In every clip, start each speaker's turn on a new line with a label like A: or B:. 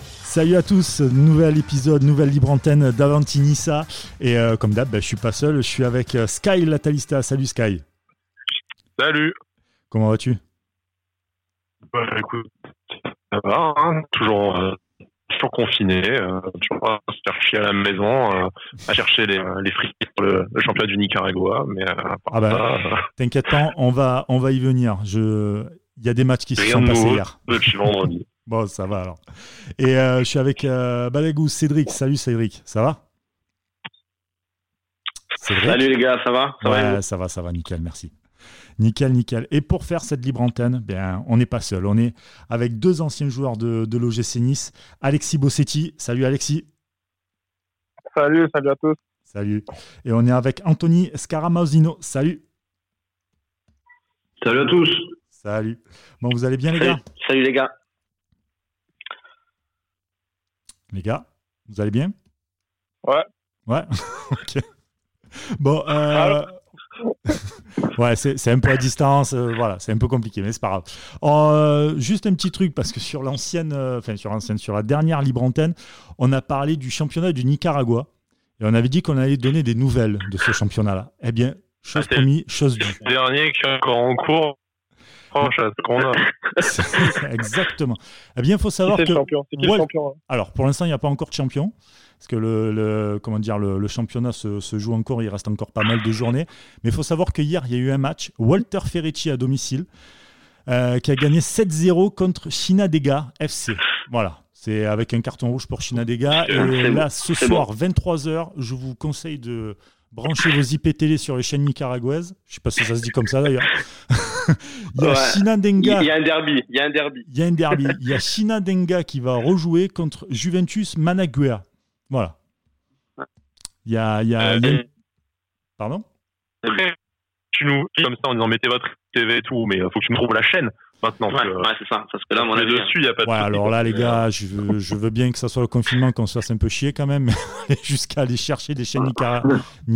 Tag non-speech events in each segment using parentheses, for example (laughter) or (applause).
A: Salut à tous, nouvel épisode, nouvelle libre antenne d'Avantinissa. Et euh, comme d'hab, ben, je suis pas seul, je suis avec euh, Sky Latalista. Salut Sky,
B: Salut.
A: comment vas-tu
B: Bah écoute, ça va, hein, toujours, euh, toujours confiné, euh, toujours à se faire chier à la maison, euh, à chercher les, euh, les frites pour le, le championnat du Nicaragua, mais euh, à part
A: Ah bah.
B: ça, euh, (laughs)
A: T'inquiète pas, on va, on va y venir. Je... Il y a des matchs qui se
B: Rien
A: sont
B: de
A: passés
B: nouveau.
A: hier.
B: depuis vendredi.
A: Bon, ça va alors. Et euh, je suis avec euh, Balagou, Cédric. Salut Cédric, ça va Cédric
C: Salut les gars, ça va Ça va et
A: Ouais,
C: vous
A: ça va, ça va, nickel, merci. Nickel, nickel. Et pour faire cette libre antenne, bien, on n'est pas seul. On est avec deux anciens joueurs de, de l'OGC Nice, Alexis Bossetti. Salut Alexis.
D: Salut, salut à tous.
A: Salut. Et on est avec Anthony Scaramausino. Salut.
C: Salut à tous.
A: Salut. Bon, vous allez bien les
C: Salut.
A: gars
C: Salut les gars.
A: Les gars, vous allez bien
D: Ouais.
A: Ouais, (laughs) ok. Bon, euh, (laughs) ouais, c'est c'est un peu à distance, euh, voilà, c'est un peu compliqué, mais c'est pas grave. Euh, juste un petit truc, parce que sur l'ancienne, euh, enfin sur l'ancienne, sur la dernière libre antenne, on a parlé du championnat du Nicaragua, et on avait dit qu'on allait donner des nouvelles de ce championnat-là. Eh bien, chose
B: Ah, c'est-
A: promise, chose due. (laughs)
B: Le dernier qui est encore en cours, franche à ce qu'on a.
A: Exactement. Eh bien, il faut
D: Qui
A: savoir
D: c'est
A: que...
D: le champion C'est qui
A: Ouais.
D: le champion hein
A: Alors, pour l'instant, il n'y a pas encore de champion. Parce que le, le- comment dire, le, le championnat se, se joue encore, il reste encore pas mal de journées. Mais il faut savoir que hier, il y a eu un match, Walter Ferretti à domicile, euh, qui a gagné 7-0 contre Shinadega FC. Voilà, c'est avec un carton rouge pour Shinadega. Et
C: C'est
A: là, ce
C: c'est
A: soir, 23h, je vous conseille de brancher vos IP télé sur les chaînes nicaragouaises. Je ne sais pas si ça se dit comme ça d'ailleurs. (laughs) il y a
C: Ouais. Il
A: Shinadega
C: il y a un derby, il y a un derby.
A: il y a un derby. Il y a Shina Denga qui va rejouer contre Juventus Managua. Voilà. Il y a. il y a- Ah, il y a-
B: Euh,
A: Pardon
B: Après, tu nous dis comme ça en disant mettez votre TV et tout, mais il faut que tu me trouves la chaîne maintenant.
C: Ouais,
B: parce que, euh,
C: ouais, c'est ça. Parce que là, à mon
B: on est
C: avis, hein.
B: dessus, il n'y a pas de
A: Ouais,
B: souci,
A: alors
B: quoi.
A: là, les gars, je veux, je veux bien que ça soit le confinement, qu'on se fasse un peu chier quand même, mais (laughs) aller jusqu'à aller chercher des chaînes nicara-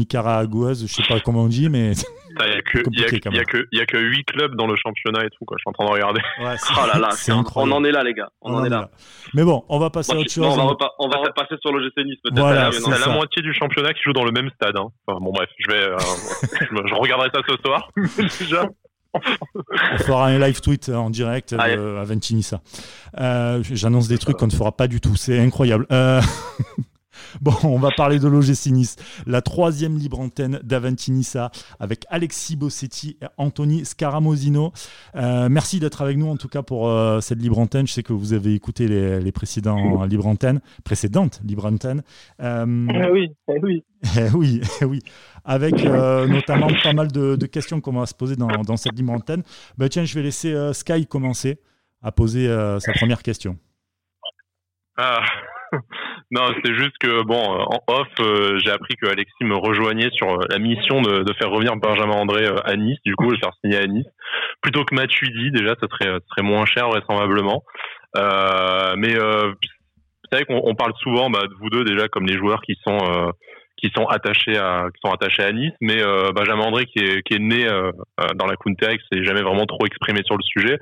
A: nicaragouaises, je sais pas comment on dit, mais.
B: Putain, Il n'y a, que- il y a,
A: compliqué, quand
B: il y a que- il y a que 8 clubs dans le championnat et tout, quoi. je suis en train de regarder.
A: Ouais, c'est-
C: Oh
A: (laughs)
C: là là,
A: c'est
C: on-
A: incroyable.
C: On en est là les gars, on, en est là.
A: Mais bon, on va passer à
C: Moi, je
A: autre
C: suis-
A: chose.
C: non, on, va
A: hein.
C: repa- on va repasser sur le GC Nice peut-être.
A: Voilà,
C: Ah,
A: c'est
C: mais
B: Il y
C: non.
B: en a la
A: ça.
B: moitié du championnat qui joue dans le même stade. hein. Enfin, bon, bref, je vais, euh, (laughs) je, me- je regarderai ça ce soir. (laughs) déjà.
A: On fera un live tweet en direct
D: Ah,
C: Allez.
A: euh, à Ventinissa. Euh, J'annonce des trucs qu'on ne fera pas du tout, c'est incroyable. Euh, (laughs) Bon, on va parler de l'OGC Nice, la troisième libre antenne d'Aventinissa avec Alexis Bossetti et Anthony Scaramosino. Euh, merci d'être avec nous en tout cas pour euh, cette libre antenne. Je sais que vous avez écouté les, les précédents libres antennes, précédentes libres antennes. Euh,
D: Eh oui, eh oui.
A: eh oui, eh oui. Avec euh, notamment pas mal de, de questions qu'on va se poser dans, dans cette libre antenne. Bah, tiens, je vais laisser euh, Sky commencer à poser euh, sa première question.
B: Ah. (laughs) Non, c'est juste que, bon, euh, en off, euh, j'ai appris que Alexis me rejoignait sur euh, la mission de, de faire revenir Benjamin André euh, à Nice. Du coup, je vais faire signer à Nice. Plutôt que Matuidi, déjà, ça serait, euh, ça serait moins cher, vraisemblablement. Euh, mais euh, c'est vrai qu'on on parle souvent bah, de vous deux, déjà, comme les joueurs qui sont, euh, qui sont, attachés, à, qui sont attachés à Nice. Mais euh, Benjamin André, qui est, qui est né euh, euh, dans la Kunta et qui s'est jamais vraiment trop exprimé sur le sujet,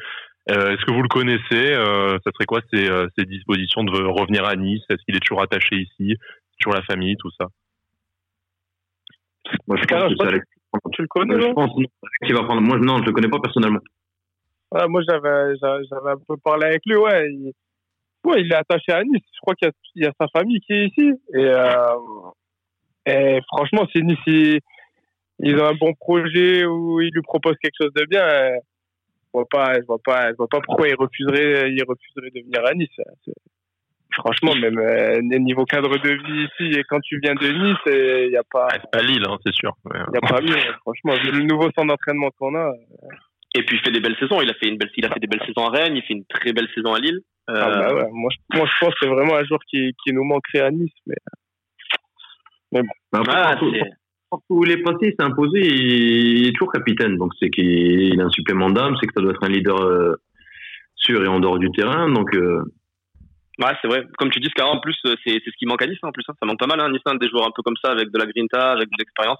B: euh, Est-ce que vous le connaissez Euh, Ça serait quoi ses, euh, ses dispositions de revenir à Nice Est-ce qu'il est toujours attaché ici Toujours la famille, tout ça
E: Moi, je
D: Carole,
E: pense que c'est
D: toi,
E: Alex.
D: Tu le connais,
E: Je
D: non
E: pense
C: hein.
E: non, Alex, il va prendre. Moi, non, je le connais pas personnellement.
D: Ouais, Ah, Moi, j'avais j'a- j'avais un peu parlé avec lui, ouais. Il, ouais, il est attaché à Nice. Je crois qu'il y, a- il y a sa famille qui est ici. Et, euh, et franchement, si Nice, ils, ils ont un bon projet où ils lui proposent quelque chose de bien, euh, je vois pas, je vois pas, je vois pas pourquoi il refuserait, il refuserait de venir à Nice. C'est- Franchement, même euh, niveau cadre de vie ici, et quand tu viens de Nice, euh, il n'y a pas.
B: Ah, C'est pas Lille, hein, c'est sûr. Mais, euh,
D: Il n'y a
C: Ah,
D: pas mieux, franchement. Vu le nouveau centre d'entraînement qu'on a,
C: Et puis il fait des belles saisons. Il a fait une belle, il a fait des belles saisons à Rennes. Il fait une très belle saison à Lille. Euh,
D: ah bah ouais, moi, je, moi, je pense que c'est vraiment un joueur qui, qui nous manquerait à Nice. Mais
E: Mais après,
C: ah,
E: partout,
C: c'est-
E: partout où il est passé, il s'est imposé. Il est toujours capitaine. Donc, c'est qu'il il a un supplément d'âme. C'est que ça doit être un leader euh, sûr et en dehors du terrain. Donc, euh,
C: ouais, c'est vrai. Comme tu dis, Scara, en plus, euh, c'est c'est ce qui manque à Nice. hein, en plus, hein. ça manque pas mal. Hein. Nice, hein, des joueurs un peu comme ça, avec de la grinta, avec de l'expérience.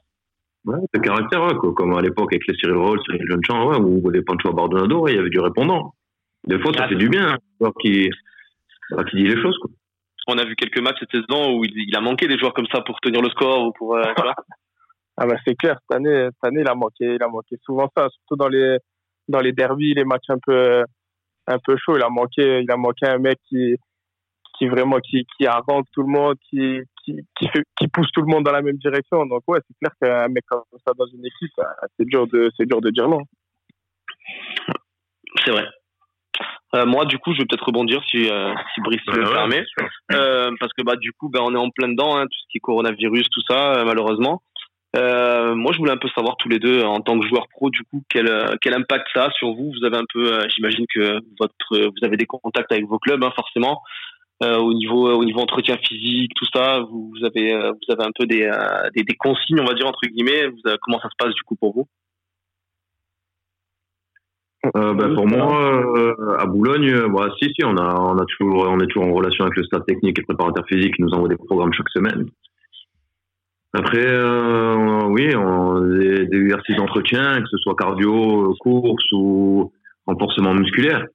E: ouais, le caractère, ouais, quoi. comme à l'époque avec les Cyril Roll, Cyril Jeanchamp, ouais, ou les Pancho Bardonado, ouais, il y avait du répondant. Des fois, ça
C: Ah,
E: fait du bien. hein, alors qui, alors qui dit les choses. Quoi.
C: on a vu quelques matchs cette saison où il, il a manqué des joueurs comme ça pour tenir le score ou pour. euh, tu vois.
D: Ah bah c'est clair, cette année, cette année, il a manqué, il a manqué souvent ça, surtout dans les dans les derbies, les matchs un peu un peu chauds, il a manqué, il a manqué un mec qui qui vraiment qui qui arrange tout le monde, qui qui qui, fait, qui pousse tout le monde dans la même direction. Donc ouais, c'est clair qu'un mec comme ça dans une équipe, ah, c'est dur de c'est dur de dire non.
C: C'est vrai. Euh, moi, du coup, je vais peut-être rebondir si, euh, si Brice
B: Ouais,
C: me
B: ouais,
C: permet. Euh, parce que bah, du coup, ben on est en plein dedans, hein, tout ce qui est coronavirus, tout ça, euh, malheureusement. Euh, moi, je voulais un peu savoir tous les deux, euh, en tant que joueur pro, du coup, quel, euh, quel impact ça a sur vous Vous avez un peu, euh, j'imagine que votre, euh, vous avez des contacts avec vos clubs, hein, forcément. Euh, au niveau, au niveau entretien physique, tout ça, vous, vous avez, euh, vous avez un peu des, euh, des, des consignes, on va dire entre guillemets. Vous avez- comment ça se passe du coup pour vous
E: Euh, bah,
D: Oui,
E: pour
D: voilà.
E: moi, euh, à Boulogne, euh, bah, si, si, on a, on a toujours, euh, on est toujours en relation avec le staff technique et préparateur physique qui nous envoie des programmes chaque semaine. Après, euh, oui, on, des, des exercices d'entretien, que ce soit cardio, euh, course ou renforcement musculaire.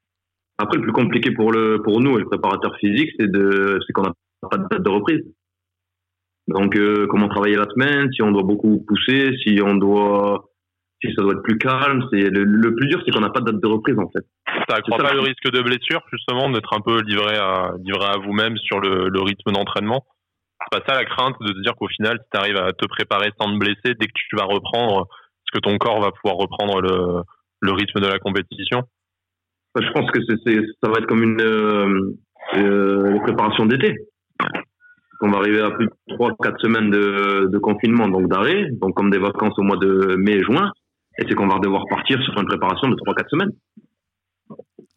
E: Après, le plus compliqué pour le, pour nous et le préparateur physique, c'est de, c'est qu'on n'a pas de date de reprise. Donc, euh, comment travailler la semaine, si on doit beaucoup pousser, si on doit, si ça doit être plus calme. C'est le, le plus dur, c'est qu'on n'a pas de date de reprise en fait.
B: Ça accroît
E: C'est ça.
B: pas le risque de blessure, justement, d'être un peu livré à, livré à vous-même sur le, le rythme d'entraînement C'est pas ça la crainte de te dire qu'au final, si tu arrives à te préparer sans te blesser, dès que tu vas reprendre, est-ce que ton corps va pouvoir reprendre le, le rythme de la compétition
E: Enfin, je pense que c'est, c'est- ça va être comme une euh, euh, préparation d'été. On va arriver à plus de 3-4 semaines de, de confinement, donc d'arrêt, donc comme des vacances au mois de mai et juin. Et c'est qu'on va devoir partir sur une préparation de 3-4 semaines.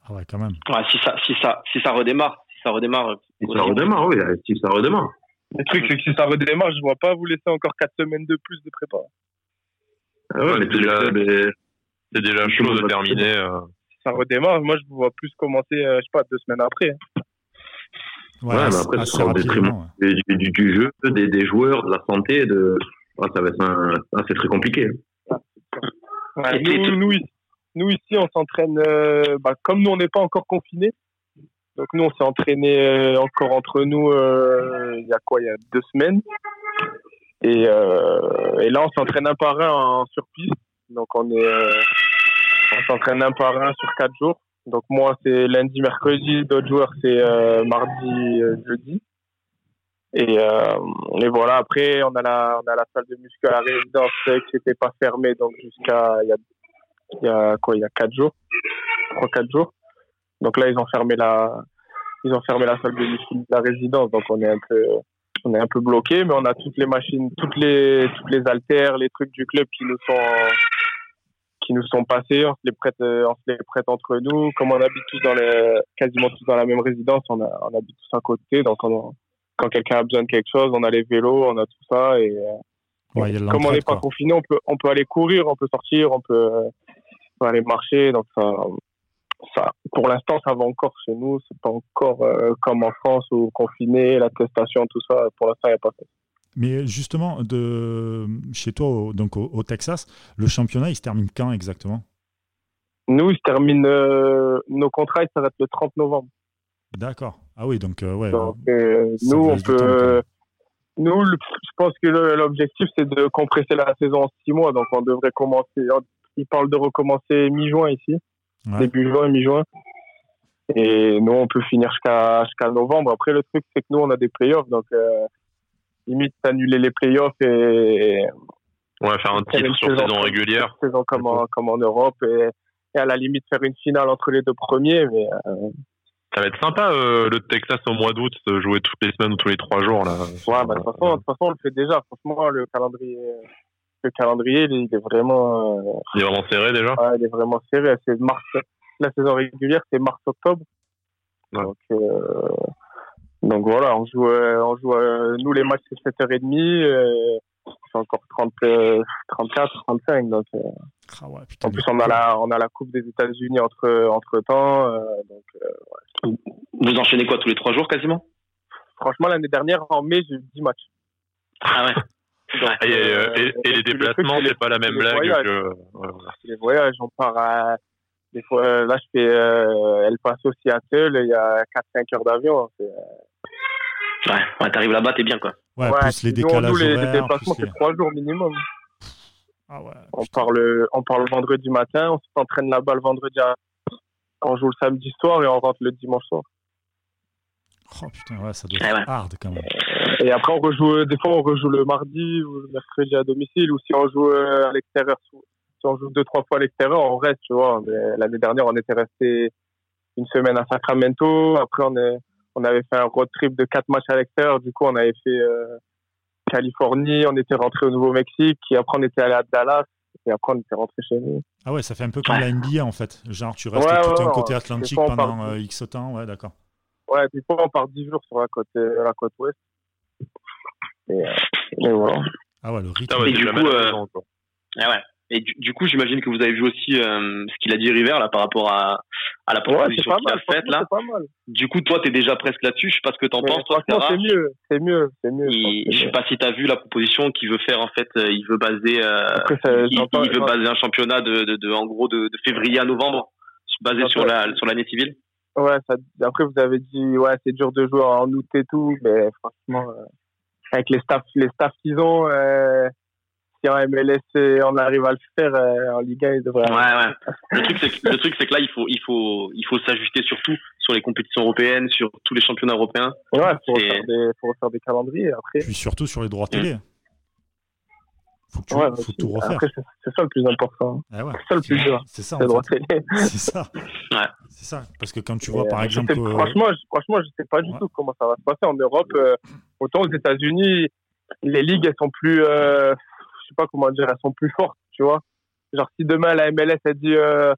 A: Ah ouais, quand même.
C: Ouais, Si ça, si ça, si ça redémarre, si ça redémarre.
E: Si ça redémarre, oui, si ça redémarre.
D: Le truc c'est que si ça redémarre, je vois pas vous laisser encore quatre semaines de plus de prépa.
E: Ah ouais,
B: Ouais,
E: mais
B: c'est
E: tout le-
B: déjà-
E: mais-
B: C'est déjà
E: Tout le
B: chose
E: monde
B: de
E: va-
B: terminer. euh,
D: Si ça redémarre, moi je vous vois plus commencer, euh, je sais pas, deux semaines après.
A: Ouais,
E: Ouais, mais
A: assez-
E: après, ce
A: assez
E: sera au
A: rapidement,
E: détriment.
A: ouais.
E: du, du- du jeu, des, des joueurs, de la santé, de... Ah, ça va être un... ah, c'est très compliqué.
D: Ouais,
C: Et puis,
D: nous,
C: tout-
D: nous, ici- nous, ici, on s'entraîne. euh, bah, comme nous, on n'est pas encore confinés, donc nous, on s'est entraîné euh, encore entre nous euh, il y a quoi Il y a deux semaines. Et, euh, et là, on s'entraîne un par un en sur piste. Donc on est, euh, on s'entraîne un par un sur quatre jours. Donc moi, c'est lundi, mercredi. D'autres joueurs, c'est euh, mardi, euh, jeudi. Et, euh, et voilà, après, on a, la, on a la salle de muscu à la résidence euh, qui n'était pas fermée, donc jusqu'à il y a, il y a quoi, il y a 4 jours, 3-4 jours. Donc là, ils ont fermé la, ils ont fermé la salle de muscu de la résidence, donc on est un peu, on est un peu bloqué, mais on a toutes les machines, toutes les, toutes les haltères, les trucs du club qui nous sont, qui nous sont passés, on se les prête, euh, on se les prête entre nous. Comme on habite tous dans le, quasiment tous dans la même résidence, on, a, on habite tous à côté, donc on, quand quelqu'un a besoin de quelque chose, on a les vélos, on a tout ça. Et euh,
A: Ouais, il y a de
D: comme on n'est
A: l'entraide,
D: pas
A: quoi.
D: confiné, on peut, on peut aller courir, on peut sortir, on peut, euh, on peut aller marcher. Donc ça, ça, pour l'instant, ça va encore chez nous. C'est pas encore euh, comme en France où confiné, l'attestation, tout ça. Pour l'instant, il n'y a pas ça.
A: Mais justement, de chez toi, au, donc au, au Texas, le championnat, il se termine quand exactement
D: Nous, ils se terminent euh, nos contrats, ils s'arrêtent le 30 novembre.
A: D'accord. Ah oui, donc euh, ouais.
D: Donc, euh,
A: Ça
D: nous,
A: vous
D: on
A: laisse du
D: peut.
A: temps, quand même.
D: nous, le- je pense que le- l'objectif, c'est de compresser la saison en six mois. Donc, on devrait commencer. Ils parlent de recommencer mi-juin ici,
A: Ouais.
D: début juin, mi-juin. Et nous, on peut finir jusqu'à jusqu'à novembre. Après, le truc, c'est que nous, on a des playoffs. Donc, euh, limite, annuler les playoffs et,
B: on va faire un
D: faire
B: titre
D: une
B: sur saison régulière.
D: une saison comme en, comme en Europe. Et, et à la limite, faire une finale entre les deux premiers. Mais
B: Ça va être sympa euh, le Texas au mois d'août, se jouer toutes les semaines ou tous les trois jours. Là.
D: Ouais, bah, de, toute façon, de toute façon, on le fait déjà. Franchement, le calendrier, le calendrier il est- il est vraiment, euh,
B: Il est vraiment serré déjà.
D: ouais, il est vraiment serré. C'est mars, la saison régulière, c'est mars-octobre.
B: Ouais.
D: Donc, euh, donc voilà, on joue, euh, on joue euh, nous, les matchs, c'est 7h30. Euh, c'est encore 30, euh, 34, 35. Donc, euh,
A: Ah ouais, putain,
D: en plus,
A: mais-
D: on a la, on a la Coupe des États-Unis entre, entre temps. donc, euh,
C: Vous enchaînez quoi tous les trois jours quasiment
D: franchement, l'année dernière, en mai, j'ai eu 10 matchs.
C: Ah (laughs) ouais.
B: Et,
D: Euh,
B: et- et
D: et
B: les
D: puis le truc,
B: déplacements,
D: c'est les-
B: c'est pas la même
D: les
B: blague
D: voyages.
B: que. ouais, voilà.
D: les voyages. On part à. Des fois, euh, là, je fais. euh, elle passe au Seattle, il y a 4-5 heures d'avion. C'est, euh,
C: Ouais, ouais t'arrives là-bas, t'es bien, quoi.
A: Ouais, plus les
D: sinon,
A: décalages
D: nous, les, les
A: horaires,
D: déplacements,
A: plus les-
D: c'est trois jours minimum.
A: Ah ouais,
D: On part, le, on part le vendredi matin, on s'entraîne là-bas le vendredi à... On joue le samedi soir et on rentre le dimanche soir.
A: Oh putain, ouais,
E: Eh
A: ça doit être
C: Ouais, ouais.
A: hard quand même.
D: Et après, on rejoue, euh, des fois, on rejoue le mardi ou le mercredi à domicile, ou si on joue euh, à l'extérieur, sou- si on joue deux, trois fois à l'extérieur, on reste, tu vois. Mais L'année dernière, on était resté une semaine à Sacramento. Après, on, est, on avait fait un road trip de quatre matchs à l'extérieur. Du coup, on avait fait euh, Californie, on était rentré au Nouveau-Mexique, et après, on était allé à Dallas, et après, on était rentré chez nous.
A: Ah ouais, ça fait un peu comme la NBA en fait. Genre, tu restes
D: Ouais,
A: tout
D: ouais,
A: un
D: ouais,
A: côté
D: on-
A: atlantique
D: des fois, on
A: pendant
D: part-
A: euh, X temps, ouais, d'accord.
D: Ouais, des fois, on part dix jours sur la côte, euh, la côte ouest. Et, euh, et voilà.
A: Ah ouais, le rythme.
B: Ah ouais,
C: Et
B: c'est
C: du
B: jamais
C: coup,
B: la
C: euh,
B: saison, quoi.
C: Ah ouais. Et du, du coup, j'imagine que vous avez vu aussi euh, ce qu'il a dit River là par rapport à, à la
D: Ouais,
C: proposition
D: c'est pas
C: qu'il
D: mal.
C: a faite là.
D: franchement, C'est pas mal.
C: Du coup, toi, t'es déjà presque là-dessus. Je sais pas ce que t'en
D: Mais
C: penses, toi,
D: franchement,
C: Sarah.
D: c'est mieux, c'est mieux, c'est mieux. je pense
C: Il-
D: que
C: je
D: c'est
C: sais pas si t'as vu la proposition qu'il veut faire en fait. euh, Il veut baser, euh,
D: Après, ça-
C: il,
D: j'entends-
C: il veut baser un championnat de, de, de- en gros de, de février à novembre, basé
D: J'entends-
C: sur la sur l'année civile.
D: Ouais, ça- après vous avez dit ouais c'est dur de jouer en août et tout, mais franchement euh, avec les staffs les staffs qu'ils ont, euh, si en MLS euh, on arrive à le faire euh, en Liga ils devraient.
C: Ouais, ouais. Le truc, c'est que, le truc, c'est que là, il faut, il faut, il faut s'ajuster surtout sur les compétitions européennes, sur tous les championnats européens.
D: Ouais, faut
C: Et-
D: refaire des faut refaire des calendriers après.
A: Puis surtout sur les droits télé. Faut, que tu-
D: Mm. Ouais,
A: faut
D: mais c'est-
A: tout refaire.
D: Après c'est c'est ça le plus important,
A: Ah ouais,
D: c'est ça le plus dur.
A: c'est ça.
D: C'est
A: en
D: droit
A: fait.
D: télé.
A: C'est
D: (laughs)
A: ça.
C: Ouais.
A: C'est ça. Parce que quand tu vois,
D: Et,
A: par
D: euh, je
A: exemple.
D: sais-
A: euh,
D: franchement, je, franchement, je sais pas du
A: ouais.
D: tout comment ça va se passer en Europe. euh, autant aux États-Unis, les ligues, elles sont plus, euh, je sais pas comment dire, elles sont plus fortes, tu vois. Genre si demain la MLS a dit euh,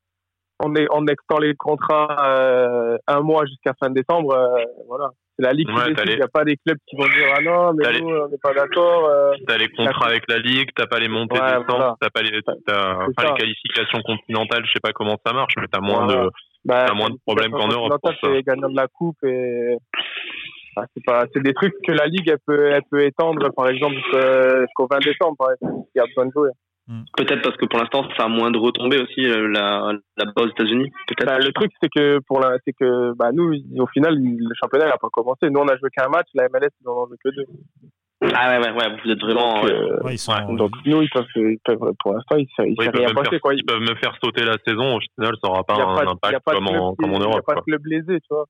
D: on est on extend les contrats euh, un mois jusqu'à fin décembre, euh, voilà. C'est la ligue
B: Ouais,
D: qui
B: t'as
D: décide.
B: les-
D: Il n'y a pas des clubs qui vont dire ah non mais
B: T'as les-
D: nous on n'est pas d'accord. euh,
B: T'as les contrats avec la Ligue, t'as pas les montées
D: Ouais,
B: des temps,
D: voilà.
B: t'as pas, les, t'as
D: C'est
B: pas
D: ça.
B: les qualifications continentales, je sais pas comment ça marche, mais t'as moins
D: Voilà.
B: de.
D: bah,
B: T'as moins de problèmes qu'en Europe,
D: L'Atlanta,
B: pour ça.
D: c'est gagnant de la coupe et ah, c'est pas, c'est des trucs que la ligue elle peut, elle peut étendre par exemple euh, jusqu'au 20 décembre. par exemple, s'il y a besoin de jouer.
C: Peut-être parce que pour l'instant, ça a moins de retombées aussi euh, la, la base aux États-Unis. Peut-être.
D: Bah, le truc c'est que pour la, c'est que bah nous ils- au final ils- le championnat n'a pas commencé. Nous on a joué qu'un match, la MLS ils en ont joué que deux.
C: Ah ouais, ouais, ouais. Vous êtes vraiment.
D: Donc,
C: ouais.
D: euh,
A: ouais, ils sont-
D: donc, nous ils peuvent, ils peuvent pour l'instant ils ne
B: ils
D: s'est
B: peuvent
D: rien
B: même
D: passé
B: faire-
D: quoi.
B: Ils peuvent me faire sauter la saison, au final, ça aura pas
D: y a
B: un
D: pas de- y a
B: impact
D: pas de
B: comme en,
D: club qui-
B: comme en
D: y a
B: Europe.
D: pas de
B: quoi.
D: club lésé, tu vois.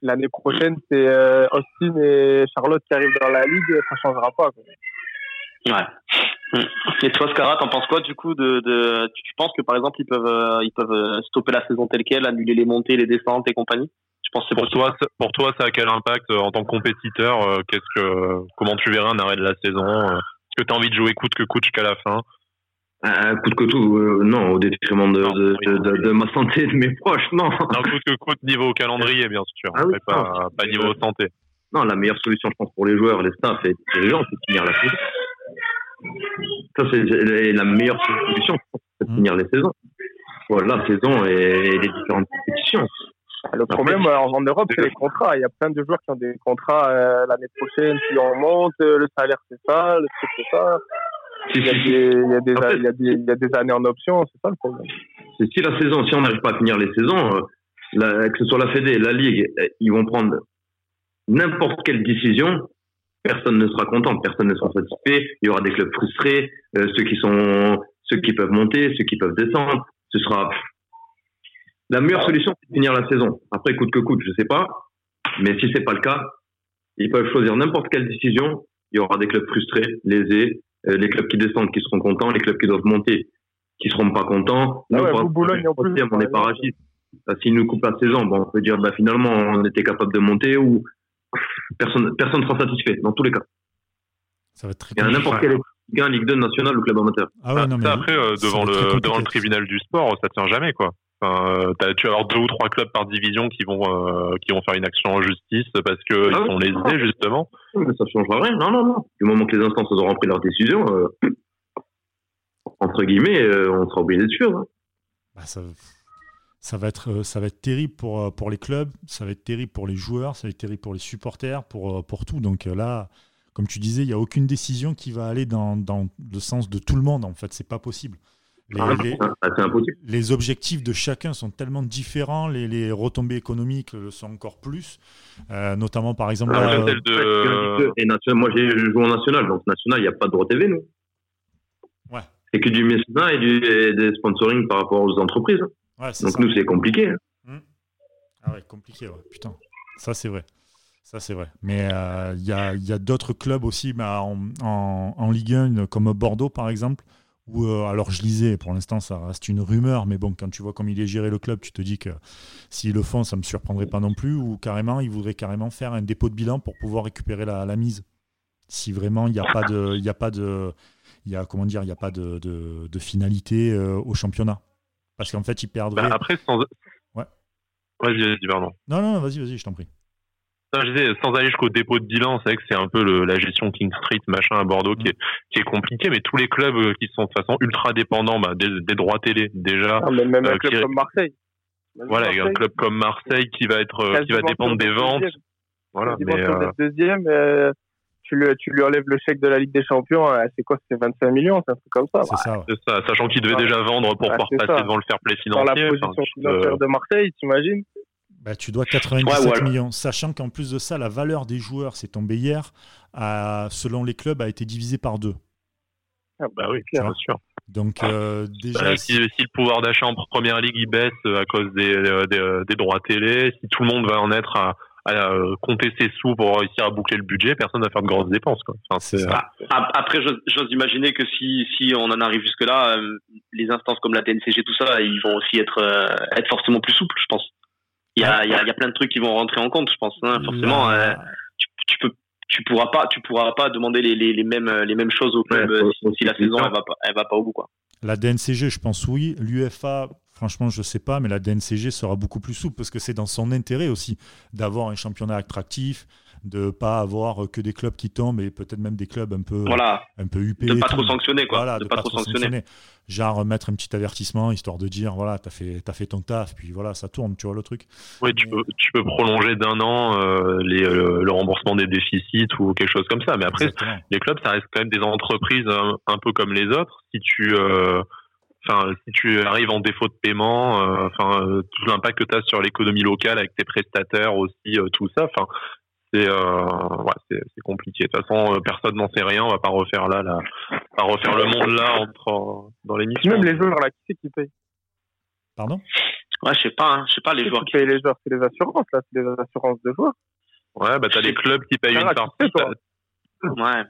D: L'année prochaine, c'est euh, Austin et Charlotte qui arrivent dans la ligue, ça changera pas. quoi.
C: ouais. Mm. Et toi, Scara, t'en penses quoi du coup de, de tu, tu penses que par exemple ils peuvent, euh, ils peuvent euh, stopper la saison telle quelle, annuler les montées, les descentes et compagnie Tu penses que c'est
B: Pour
C: possible
B: toi, ça- pour toi, ça a quel impact euh, en tant que compétiteur euh, Qu'est-ce que, comment tu verras un arrêt de la saison euh, Est-ce que tu as envie de jouer coûte que coûte jusqu'à la fin
E: Un coup de couteau, euh, non, au détriment de,
B: Non,
E: de,
B: oui.
E: de, de- de ma santé et de mes proches, non.
B: Non, coûte que coûte niveau calendrier, bien sûr.
E: Ah oui, euh,
B: mais pas, pas niveau santé.
E: Non, la meilleure solution, je pense, pour les joueurs, les staffs et les gens, c'est de finir la saison. Ça, c'est la- la meilleure solution, je pense, c'est
B: Mmh.
E: de finir les saisons. Voilà, la saison et les différentes compétitions.
D: Le problème euh, en en Europe, c'est les contrats. Il y a plein de joueurs qui ont des contrats euh, l'année prochaine, qui en montent, euh, le salaire c'est ça, le truc c'est ça.
E: Si,
D: Il y a
E: si, si.
D: des- il y a des
E: En fait-
D: il y a des- il y a des années en option, c'est ça le problème.
E: C'est si la saison, si on n'arrive pas à finir les saisons, euh, la- que ce soit la Fédé, la Ligue, euh, ils vont prendre n'importe quelle décision, personne ne sera content, personne ne sera satisfait, il y aura des clubs frustrés, euh, ceux qui sont, ceux qui peuvent monter, ceux qui peuvent descendre, ce sera la meilleure solution, c'est de finir la saison. Après, coûte que coûte, je sais pas, mais si c'est pas le cas, ils peuvent choisir n'importe quelle décision, il y aura des clubs frustrés, lésés, euh, les clubs qui descendent qui seront contents, les clubs qui doivent monter qui seront pas contents.
D: Ah ouais,
E: par
D: vous,
E: exemple,
D: Boulogne, en plus,
E: troisième, on
D: par
E: est
D: exemple.
E: parachute. Bah, S'ils nous coupent la saison, bah, on peut dire bah, finalement on était capable de monter ou personne personne ne sera satisfait dans tous les cas.
A: Ça va être très
E: Il y a
A: compliqué.
E: n'importe quelle Ligue 1, Ligue 2 nationale ou club amateur.
A: Ah ouais,
B: Ça,
A: non, mais.
B: ça, après, euh,
A: ça
B: devant,
A: va être très
B: le, devant le
A: compliqué.
B: tribunal du sport, ça tient jamais. quoi. Enfin, euh, t'as- tu vas avoir deux ou trois clubs par division qui vont, euh, qui vont faire une action en justice parce qu'ils
E: Ah oui.
B: sont lésés, justement.
E: Mais ça ne changera rien. Non, non, non. Du moment que les instances auront pris leur décision, euh, (clears throat) entre guillemets, euh, on sera obligé de suivre. hein.
A: Bah, ça, ça va être, euh, ça va être terrible pour, euh, pour les clubs, ça va être terrible pour les joueurs, ça va être terrible pour les supporters, pour, euh, pour tout. Donc euh, là, comme tu disais, il n'y a aucune décision qui va aller dans, dans le sens de tout le monde. En fait, c'est pas possible. Les,
E: Ah,
A: les-
E: C'est impossible.
A: les objectifs de chacun sont tellement différents, les, les retombées économiques le sont encore plus, Euh, notamment par exemple.
E: Ah,
A: là,
E: je
A: euh,
E: sais,
B: Celle
E: Ouais, c'est un petit
B: de.
E: peu- euh, Et national- moi, j'ai je joue en national, donc national, il n'y a pas de droit TV, nous.
A: Ouais.
E: C'est que du mécénat et, du, et des sponsoring par rapport aux entreprises. hein.
A: ouais, c'est
E: Donc,
A: ça.
E: nous, c'est compliqué. hein.
A: Ah ouais, compliqué, ouais. putain. Ça, c'est vrai. Ça, c'est vrai. Mais euh, il y a, il y a d'autres clubs aussi bah, en, en- en Ligue 1, une- comme Bordeaux, par exemple, où, euh, alors je lisais, pour l'instant, ça reste une rumeur, mais bon, quand tu vois comme il est géré le club, tu te dis que s'ils le font, ça ne me surprendrait pas non plus, ou carrément, ils voudraient carrément faire un dépôt de bilan pour pouvoir récupérer la, la mise. Si vraiment, il n'y a pas de... Il y a pas de il y a, comment dire, il n'y a pas de, de- de finalité euh, au championnat. Parce qu'en fait, ils perdraient.
B: Bah, après, sans.
A: Ouais.
B: Vas-y, vas-y, pardon.
A: Non, non, non, vas-y, vas-y, je t'en prie.
B: Non, je disais, sans aller jusqu'au dépôt de bilan, c'est vrai que c'est un peu le- la gestion King Street, machin, à Bordeaux, qui est,
A: Mm.
B: qui est compliquée, mais tous les clubs euh, qui sont de toute façon ultra dépendants bah, des, des droits télé, déjà.
D: Ah, mais même
B: Euh,
D: un club
B: qui-
D: comme Marseille. Même
B: Voilà, il y a un
D: Marseille,
B: club comme Marseille qui va être, euh, qui va
D: quasiment
B: dépendre
D: sûr
B: des
D: d'être
B: ventes.
D: deuxième.
B: Voilà,
D: Quasiment
B: mais,
D: sûr
B: euh,
D: d'être deuxième, euh, tu, lui, tu lui enlèves le chèque de la Ligue des Champions, euh, c'est quoi C'est 25 millions, c'est un truc comme ça.
A: C'est ça, ouais.
B: c'est ça, sachant qu'ils devaient
D: Ouais.
B: déjà vendre pour
D: Ouais,
B: pouvoir
D: Ah, c'est
B: passer
D: ça.
B: devant le fair play
D: Dans la
B: financier.
D: position
B: enfin, euh, tu te-
D: financière de Marseille, t'imagines
A: Bah, tu dois 97
C: Ouais, voilà.
A: millions, sachant qu'en plus de ça, la valeur des joueurs, c'est tombé hier, à- selon les clubs, a été divisée par deux.
D: Ah,
B: bah oui,
D: clair.
B: bien sûr.
A: Donc euh, déjà,
B: Bah, si, si le pouvoir d'achat en première ligue il baisse euh, à cause des, euh, des, euh, des droits télé, si tout le monde va en être à, à, euh, compter ses sous pour réussir à boucler le budget, personne va faire de grosses dépenses. Quoi. Enfin,
A: c'est
B: c'est-
A: ça.
C: Ap- Après, j'ose- j'ose imaginer que si, si on en arrive jusque-là, euh, les instances comme la TNCG, tout ça, ils vont aussi être, euh, être forcément plus souples, je pense. Il y a, il y, a, il y a plein de trucs qui vont rentrer en compte, je pense. hein, forcément, euh,
A: La-
C: tu, tu peux, tu pourras pas, tu pourras pas demander les, les, les mêmes, les mêmes choses au club
E: Ouais,
C: euh,
E: faut-
C: si,
E: faut
C: si la
E: qu'ils
C: saison
E: fassent.
C: elle va pas, elle va pas au bout, quoi.
A: La DNCG, je pense oui. L'UFA, franchement, je sais pas, mais la DNCG sera beaucoup plus souple parce que c'est dans son intérêt aussi d'avoir un championnat attractif, de pas avoir que des clubs qui tombent et peut-être même des clubs un peu,
C: Voilà,
A: un peu huppés.
C: de
A: et
C: pas
A: tout.
C: trop sanctionner, quoi.
A: Voilà,
C: de, pas, trop sanctionner.
A: Genre mettre un petit avertissement histoire de dire voilà, t'as fait, t'as fait ton taf, puis voilà, ça tourne, tu vois le truc.
B: Oui, euh, tu peux, tu peux prolonger d'un an euh, les, euh, le remboursement des déficits ou quelque chose comme ça. Mais après,
A: Exactement.
B: les clubs, ça reste quand même des entreprises un, un peu comme les autres. Si tu, euh, enfin, si tu arrives en défaut de paiement, euh, enfin, euh, tout l'impact que tu as sur l'économie locale avec tes prestataires aussi, euh, tout ça, enfin, c'est, euh, ouais, c'est, c'est compliqué. De toute façon, euh, personne n'en sait rien. On va pas refaire là, là, pas refaire le monde là entre en- dans
D: Puis
B: l'émission.
D: même les joueurs, là, qui c'est qui paye
A: Pardon
C: Ouais, je sais pas, hein, je sais pas les
D: Qui
C: joueurs
D: c'est qui
C: qui.
D: paye les joueurs C'est les assurances, là, c'est les assurances de joueurs.
B: Ouais, bah t'as les clubs qui payent
D: Ah,
B: une
D: tu sais,
B: partie.
D: toi.
B: t'as-
C: Ouais.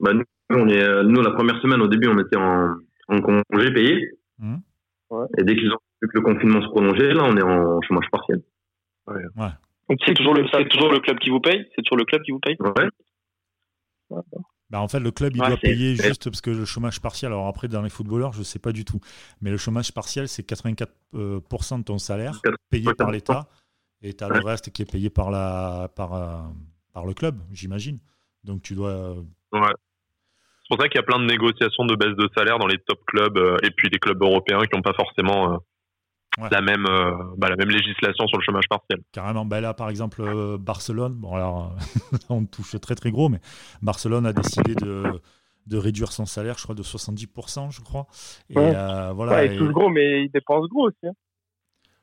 E: Bah, nous, on est, euh, nous, la première semaine, au début, on était en, en congé payé.
B: Mmh.
A: Mhm.
D: Ouais.
E: Et dès qu'ils ont vu que le confinement se prolongeait, là, on est en chômage partiel.
D: Donc, qui
C: C'est toujours le,
D: paye ça
C: c'est toujours le club qui vous paye. C'est toujours le club qui vous paye.
E: Ouais.
A: Bah, en fait, le club, il
C: Ouais,
A: doit
C: c'est-
A: payer juste parce que le chômage partiel, alors après, dans les footballeurs, je ne sais pas du tout, mais le chômage partiel, c'est 84% euh, de ton salaire payé par l'État et tu as le reste qui est payé par, la, par, euh, par le club, j'imagine. Donc tu dois. euh,
B: C'est pour ça qu'il y a plein de négociations de baisse de salaire dans les top clubs euh, et puis des clubs européens qui n'ont pas forcément euh,
A: Ouais.
B: la, même, euh, bah, la même législation sur le chômage partiel.
A: carrément. Bah, là, par exemple, euh, Barcelone, bon, alors euh, (laughs) on touche très très gros, mais Barcelone a décidé de, de réduire son salaire, je crois, de 70%, je crois. Et
D: Ouais.
A: euh, voilà.
D: Ouais,
A: et-
D: ils touchent gros, mais ils dépensent gros aussi. hein.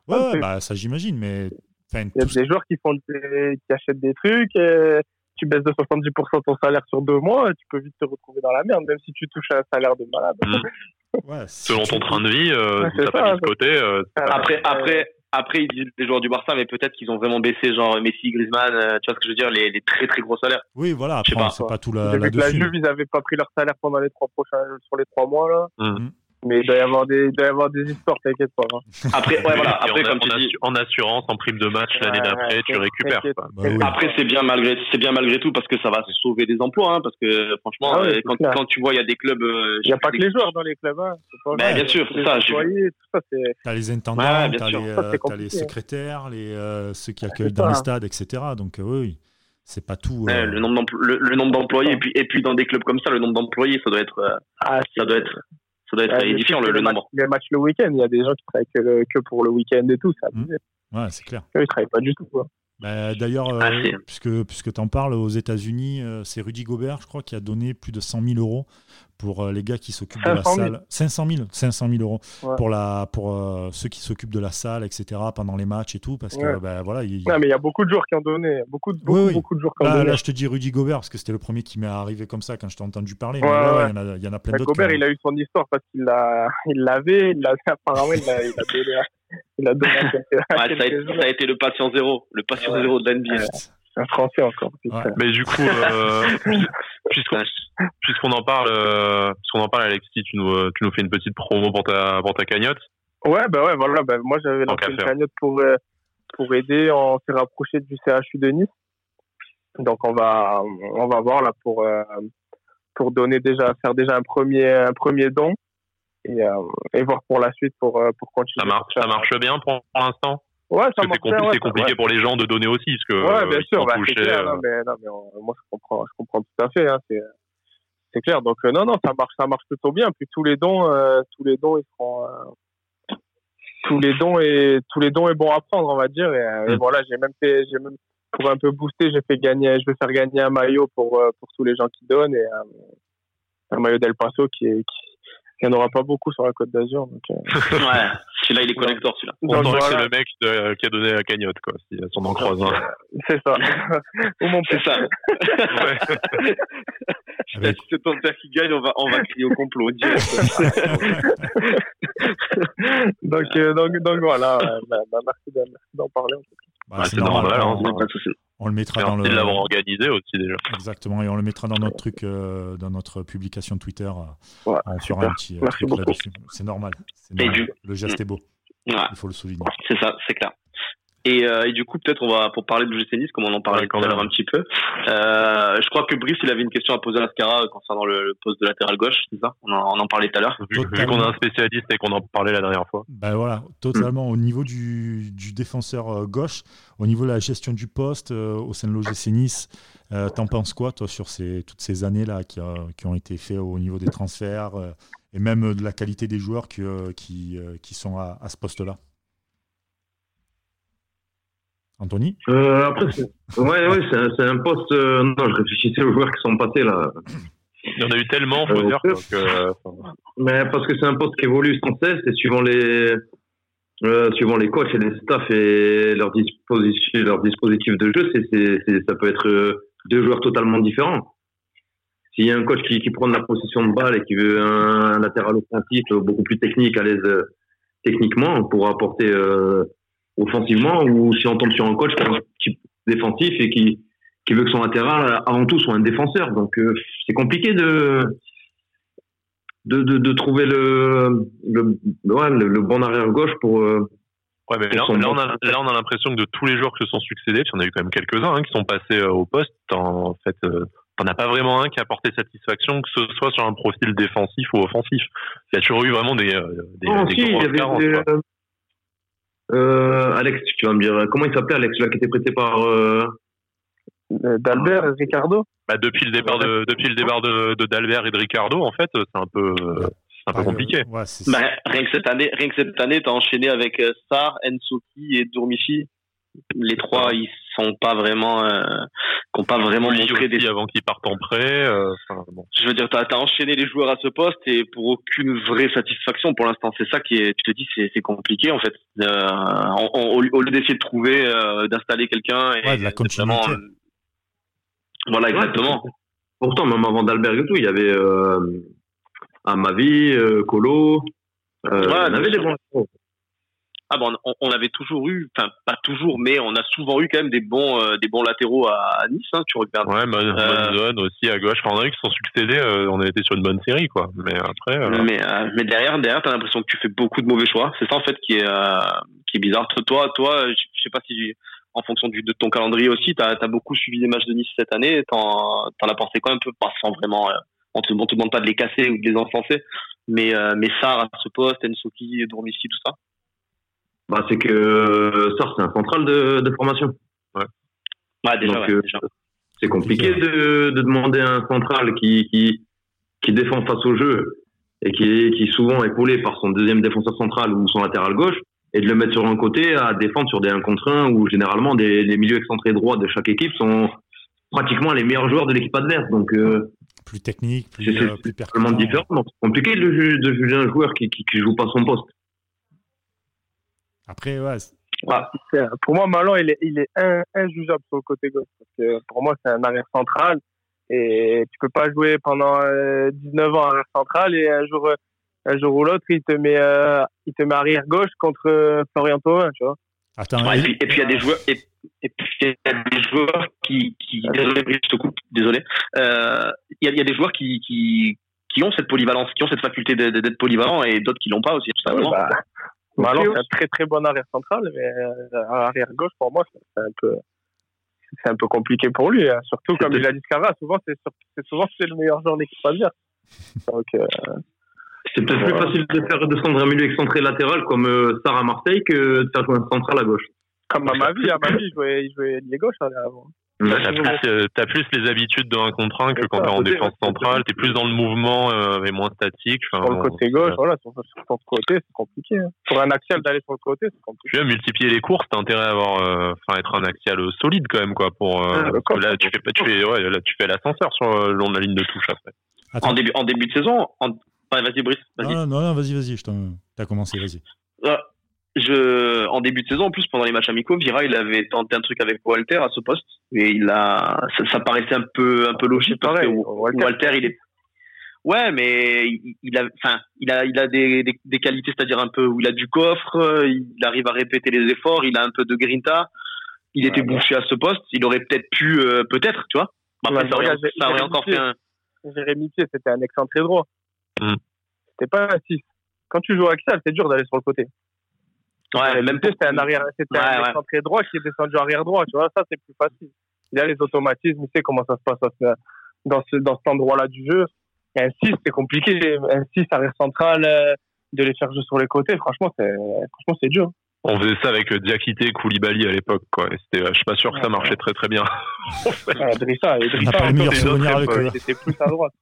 A: Ouais, ouais,
D: c'est-
A: bah, ça, j'imagine, mais. enfin,
D: Il y a
A: tout-
D: des joueurs qui font des- qui achètent des trucs, euh, tu baisses de 70% ton salaire sur deux mois, tu peux vite te retrouver dans la merde, même si tu touches un salaire de malade.
A: ouais, si
B: Selon
A: tu-
B: ton train de vie, euh,
D: Ouais,
B: si
D: c'est
B: t'as
D: ça,
B: pas mis de côté, euh,
C: Après, après, après, ils disent les joueurs du Barça, mais peut-être qu'ils ont vraiment baissé, genre Messi, Griezmann, euh, tu vois ce que je veux dire, les, les très très gros salaires.
A: Oui, voilà, après,
C: Je
A: on
C: sais pas,
A: sait pas,
D: quoi.
A: tout
D: J'ai
C: euh,
A: là-
D: vu que la
A: là-dessus.
D: Juve, ils avaient pas pris leur salaire pendant les trois prochains, sur les trois mois, là.
C: Mm.
A: Mm.
B: Mhm.
D: Mais il doit y avoir des, il doit y avoir des histoires, t'inquiète pas. hein.
C: Après, ouais, voilà.
B: et
C: Après,
B: en,
C: comme tu
B: en
C: dis,
B: assu- en assurance, en prime de match l'année
D: Ouais,
B: d'après,
D: ouais,
B: tu récupères.
D: t'inquiète.
B: quoi.
A: Bah oui.
C: Après, c'est bien malgré, c'est bien malgré tout parce que ça va sauver des emplois, hein, parce que franchement,
D: Ah ouais,
C: euh,
D: c'est
C: quand,
D: clair.
C: quand tu vois, il y a des clubs. euh,
D: Il n'y a
C: j'ai
D: pas que
C: vu
D: les joueurs dans les clubs. Hein. Faut pas
C: Ben,
D: oublier,
C: bien sûr,
D: tous
C: c'est
D: les
C: ça, j'ai-
D: employés, tout ça, c'est-
A: T'as les intendants,
C: Ouais, bien
A: t'as
C: sûr.
A: les,
D: Ça,
A: euh,
D: c'est
A: t'as les
D: compliqué. Ah,
A: secrétaires, les, euh, ceux qui
D: c'est
A: accueillent dans les
D: ça. hein.
A: stades, etc. Donc euh, oui, oui, c'est pas tout.
C: Ouais,
A: euh,
C: Eh, le nombre d'empl- le, le nombre d'employés et puis et puis dans des clubs comme ça, le nombre d'employés, ça doit être euh,
D: Ah,
C: ça doit être ça doit être
D: Ah, je
C: édifiant le,
D: sais que
C: le
D: les matchs-
C: nombre.
D: Les matchs le week-end, il y a des gens qui travaillent que, le- que pour le week-end et tout, ça.
A: Mhm. ouais, c'est clair.
D: Eux, ils travaillent pas du tout. Quoi.
A: Bah, D'ailleurs, euh,
C: Ah, c'est-
A: puisque, puisque tu en parles, aux États-Unis, euh, c'est Rudy Gobert, je crois, qui a donné plus de 100 000 euros pour euh, les gars qui s'occupent de la
D: 500 000.
A: salle. 500 000, 500 000 euros
D: Ouais.
A: pour, la, pour euh, ceux qui s'occupent de la salle, etc., pendant les matchs et tout, parce que
D: Ouais.
A: ben, voilà, il-
D: Non, mais il y a beaucoup de joueurs qui ont donné. Beaucoup, beaucoup,
A: Oui, oui.
D: beaucoup de joueurs qui ont
A: Là,
D: donné.
A: Ah, là, je te dis Rudy Gobert, parce que c'était le premier qui m'est arrivé comme ça quand je t'ai entendu parler.
D: Ouais,
A: Mais
D: ouais,
A: Il, y en a, il y en a plein
D: Bah,
A: d'autres.
D: Gobert,
A: qui-
D: il a eu son histoire parce qu'il l'a, il l'avait, il l'avait, apparemment, il l'a, il a donné à, il a donné à quelqu'un.
C: Ouais, ça, a été, ça a été Ah, le patient zéro, le patient
D: Ouais.
C: zéro de l'NBA.
D: Un français encore. putain.
A: Ouais.
B: Mais du coup, euh,
D: (laughs)
B: puisqu'on puisqu'on en parle, euh, puisqu'on en parle, Alexis, tu nous, euh, tu nous fais une petite promo pour ta, pour ta cagnotte.
D: Ouais, bah ouais, voilà. Bah, moi, j'avais
B: Tant
D: lancé
B: qu'à
D: une
B: faire.
D: cagnotte pour, euh, pour aider. On s'est rapproché du CHU de Nice. Donc, on va, on va voir là pour, euh, pour donner déjà, faire déjà un premier, un premier don et, euh, et voir pour la suite pour, euh, pour continuer.
B: Ça marche, ça marche bien pour pour l'instant.
D: Ouais, ça
B: Parce que c'est
D: marche.
B: compli-
D: bien, ouais,
B: c'est
D: ça-
B: compliqué
D: ouais.
B: pour les gens de donner aussi, parce que
D: Ouais,
B: euh,
D: bien
B: ils
D: sûr,
B: sont
D: bah,
B: touchés,
D: c'est clair.
B: euh,
D: Non, mais, non, mais on- moi, je comprends, je comprends tout à fait. Hein, c'est, c'est clair. Donc, euh, non, non, ça marche, ça marche plutôt bien. Puis tous les dons, euh, tous les dons, ils seront, euh, tous les dons et tous les dons est bon à prendre, on va dire. Et, euh, et
B: Mm.
D: voilà, j'ai même fait, j'ai même pour un peu booster, j'ai fait gagner, je vais faire gagner un maillot pour euh, pour tous les gens qui donnent et euh, un maillot d'El Paso qui est qui, il n'y en aura pas beaucoup sur la côte d'Azur. Donc, euh,
C: (laughs) Ouais, celui-là, il est connecteur, celui-là.
B: On
D: donc
B: dirait que c'est
D: voilà,
B: le mec de- qui a donné la cagnotte, quoi, si si on en croise un.
D: c'est
B: (laughs)
D: ça. Ou mon
C: C'est ça.
B: Ouais.
C: (laughs) Je t'assure, c'est ton père qui gagne, on va, on va crier au complot. (laughs) direct.
D: (laughs) Donc, euh, donc, donc voilà, ouais, bah, bah, merci d'en- merci d'en parler.
A: Bah,
B: Ah, c'est normal, hein,
A: on-
C: Pas de souci.
A: On le mettra dans
B: Merci de l'avoir
A: le.
B: organisé aussi, déjà.
A: Exactement, et on le mettra dans notre truc, euh, dans notre publication Twitter. euh,
D: Ouais,
A: on fera
D: super.
A: un petit euh,
D: Merci
A: truc
D: beaucoup.
A: là-dessus. C'est normal. c'est
C: Et
A: normal.
C: du-
A: Le geste est beau,
C: Ouais.
A: il faut le souligner.
C: C'est ça, c'est clair. Et, euh, et du coup, peut-être on va pour parler de GC Nice, comme on en parlait
B: Ouais,
C: tout
B: quand
C: à l'heure
B: même.
C: un petit peu. Euh, je crois que Brice, il avait une question à poser à Ascara euh, concernant le, le poste de latéral gauche, c'est ça on en, on en parlait tout à l'heure.
B: Vu, vu qu'on a un spécialiste et qu'on en parlait la dernière fois.
A: Ben voilà, totalement. Au niveau du, du défenseur euh, gauche, au niveau de la gestion du poste euh, au sein de l'OGC Nice, euh, t'en penses quoi, toi, sur ces, toutes ces années-là qui, euh, qui ont été faites au niveau des transferts euh, et même euh, de la qualité des joueurs qui, euh, qui, euh, qui sont à, à ce poste-là Anthony
E: Euh, après, c'est- ouais, ouais, c'est un, c'est un poste. euh, non, je réfléchissais aux joueurs qui sont passés là.
B: Il y en a eu tellement, faut
E: Euh,
B: dire,
E: ok.
B: quoi, que, euh,
E: Mais parce que c'est un poste qui évolue sans cesse et suivant les, euh, suivant les coachs et les staffs et leur, disposition, leur dispositif de jeu, c'est, c'est, c'est- ça peut être euh, deux joueurs totalement différents. S'il y a un coach qui, qui prend de la possession de balle et qui veut un, un latéral offensif euh, beaucoup plus technique, à l'aise euh, techniquement, pour apporter euh, offensivement, ou si on tombe sur un coach qui est un petit peu défensif et qui, qui veut que son latéral, avant tout, soit un défenseur. Donc euh, c'est compliqué de de, de, de trouver le, le, ouais, le, le bon arrière-gauche pour. euh,
B: ouais, mais là, là, on a, là, on a l'impression que de tous les joueurs qui se sont succédés, puis il y en a eu quand même quelques-uns hein, qui sont passés euh, au poste, en, fait, euh, t'en as pas vraiment un qui a porté satisfaction, que ce soit sur un profil défensif ou offensif. Il y a toujours eu vraiment des, euh, des,
E: Non,
B: des
E: Oh, si, il y
B: grosses
E: avait
B: carences,
E: des-
B: quoi.
E: euh, Alex, tu vas me dire, comment il s'appelait Alex, là, qui était prêté par. euh,
D: Euh, D'Albert, Ricardo
B: Bah, depuis le départ de, depuis le départ de, de d'Albert et de Ricardo, en fait, c'est un peu, euh, c'est un
E: Ah,
B: peu
A: Par-
B: compliqué.
A: Ouais, c'est
C: Bah, rien que cette année, rien que cette année, t'as enchaîné avec euh, Sar, Ensoki et Dourmichi. Les trois, ils sont pas vraiment, euh, qui ont pas vraiment
B: Lui
C: montré des
B: aussi, hein. avant qu'il parte en prêt. euh, enfin, bon.
C: je veux dire, t'as as enchaîné les joueurs à ce poste et pour aucune vraie satisfaction pour l'instant. C'est ça qui est, tu te dis, c'est c'est compliqué en fait. Euh, on- on- au, au lieu d'essayer de trouver, euh, d'installer quelqu'un et
A: Ouais, de la
C: c'est
A: continuité.
C: euh, voilà,
E: ouais,
C: exactement.
E: c'est- Pourtant, même avant d'Albert et tout, il y avait euh, Amavi, euh, Colo. Euh,
C: Ouais,
E: on
C: bien
E: avait des
C: sûr.
E: bons.
C: Ah bon, on, on avait toujours eu, enfin pas toujours, mais on a souvent eu quand même des bons, euh, des bons latéraux à, à Nice. Hein, tu regardes.
B: Ouais, bonne, bonne zone aussi à gauche. Enfin, on a eu qui se sont succédés, euh, on a été sur une bonne série, quoi. Mais après,
E: Ah.
B: euh,
C: Mais, euh, mais derrière, derrière, t'as l'impression que tu fais beaucoup de mauvais choix. C'est ça en fait qui est, euh, qui est bizarre. Toi- Toi, toi, euh, je je sais pas si en fonction du, de ton calendrier aussi, t'as as beaucoup suivi les matchs de Nice cette année. T'en t'en as pensé quoi un peu, pas sans vraiment. euh, on te, on te demande pas de les casser ou de les enfoncer, mais euh, mais Sarr à ce poste, Ensoki, Dormici, tout ça.
E: Bah, c'est que euh, ça, c'est un central de, de formation.
C: Ouais, Bah, déjà,
E: Donc,
C: ouais,
E: euh,
C: déjà.
E: C'est compliqué de, de demander à un central qui, qui, qui défend face au jeu et qui est, qui est souvent épaulé par son deuxième défenseur central ou son latéral gauche et de le mettre sur un côté à défendre sur des 1 contre 1 où généralement des, les milieux excentrés droits de chaque équipe sont pratiquement les meilleurs joueurs de l'équipe adverse. Donc euh,
A: Plus technique, plus,
E: C'est- c'est
A: euh, plus
E: Tellement
A: pertinent.
E: différent. C'est compliqué de, ju- de juger un joueur qui, qui, qui joue pas son poste.
A: Après, ouais, c'est-
D: C'est- euh, Pour moi, Malon, il est, il est in- injugeable sur le côté gauche. Parce que pour moi, c'est un arrière central. Et tu peux pas jouer pendant euh, 19 ans arrière central et un jour, euh, un jour ou l'autre, il te met, euh, il te met arrière gauche contre euh, Florian Thauvin, tu vois.
A: attends,
C: Ouais, et
A: il-
C: puis et puis il y a des joueurs et, et puis il y a des joueurs qui, qui désolé Brice, je te coupe désolé Euh, il y, a, il y a des joueurs qui, qui qui ont cette polyvalence qui ont cette faculté de- de- d'être polyvalent et d'autres qui l'ont pas aussi tout simplement
D: Bah, Malon,
E: Puis,
D: c'est un très très bon arrière central, mais euh, arrière gauche, pour moi, c'est c'est un peu. C'est un peu compliqué pour lui, hein. surtout comme il a dit Scarra, souvent c'est sur- c'est souvent c'est le meilleur joueur en équipe adverse. Donc euh,
E: C'est peut-être plus
D: Ouais.
E: facile de faire descendre un milieu excentré latéral comme euh, Sarr à Marseille que de faire jouer un central à gauche.
D: comme à ma vie, à ma vie, il jouait, il jouait les gauches hein, avant.
B: T'as plus, euh, t'as plus les habitudes dans un contre un que quand t'es en
D: Côté-
B: défense centrale. T'es plus dans le mouvement euh, et moins statique. Enfin,
D: sur le
B: bon,
D: côté
B: c'est-
D: gauche, voilà, sur, sur ton côté, c'est compliqué. hein. Pour un axial d'aller sur le côté, c'est compliqué.
B: Puis là, multiplier les courses, t'as intérêt à avoir, euh, enfin, être un axial euh, solide quand même, quoi. Pour euh,
D: Ah, le
B: parce
D: corps,
B: que là, tu fais pas, tu fais, ouais, là, tu fais l'ascenseur sur euh, le long de la ligne de touche après.
C: en début en début de saison en... enfin, vas-y Brice vas-y
A: Non, non, non, vas-y, vas-y, je t'en- t'as commencé, vas-y.
C: Ah, je, en début de saison, en plus, pendant les matchs amicaux, Vira, il avait tenté un truc avec Walter à ce poste. Et il a, ça, ça paraissait un peu, un peu logique
D: C'est
C: parce que
D: pareil,
C: Walter,
D: Walter.
C: il est, ouais, mais il, il a, enfin, il a, il a des, des, des qualités, c'est-à-dire un peu où il a du coffre, euh, il arrive à répéter les efforts, il a un peu de grinta. Il était bouché à ce poste. Il aurait peut-être pu, euh, peut-être, tu vois. Mais Après,
D: Ouais,
C: ça aurait,
D: regarde,
C: ça aurait
D: j'ai-
C: encore
D: j'ai-
C: fait un,
D: Jérémy Pied, c'était un excentré droit.
B: Hmm.
D: C'était pas un 6. Quand tu joues axial, c'est dur d'aller sur le côté.
C: ouais,
D: Jérémy
C: même
D: Pied,
C: pour-
D: c'était un arrière, c'était
C: Ouais,
D: un
C: ouais.
D: excentré droit qui est descendu arrière droit, tu vois, ça c'est plus facile. Il y a les automatismes, il sait comment ça se passe à ce- dans, ce, dans cet endroit-là du jeu. Et un 6, c'est compliqué. Un 6 arrière central, euh, de les faire jouer sur les côtés, franchement, c'est, franchement, c'est dur.
B: On faisait ça avec euh, Diakité, Koulibaly à l'époque, quoi. Et c'était, euh, je suis pas sûr que ça marchait très très bien. (laughs)
D: Ouais, Drissa, et
A: On n'a
D: Drissa, hein.
A: pas les meilleurs
B: des autres,
A: souvenirs avec
B: euh,
A: eux.
D: c'était plus à droite.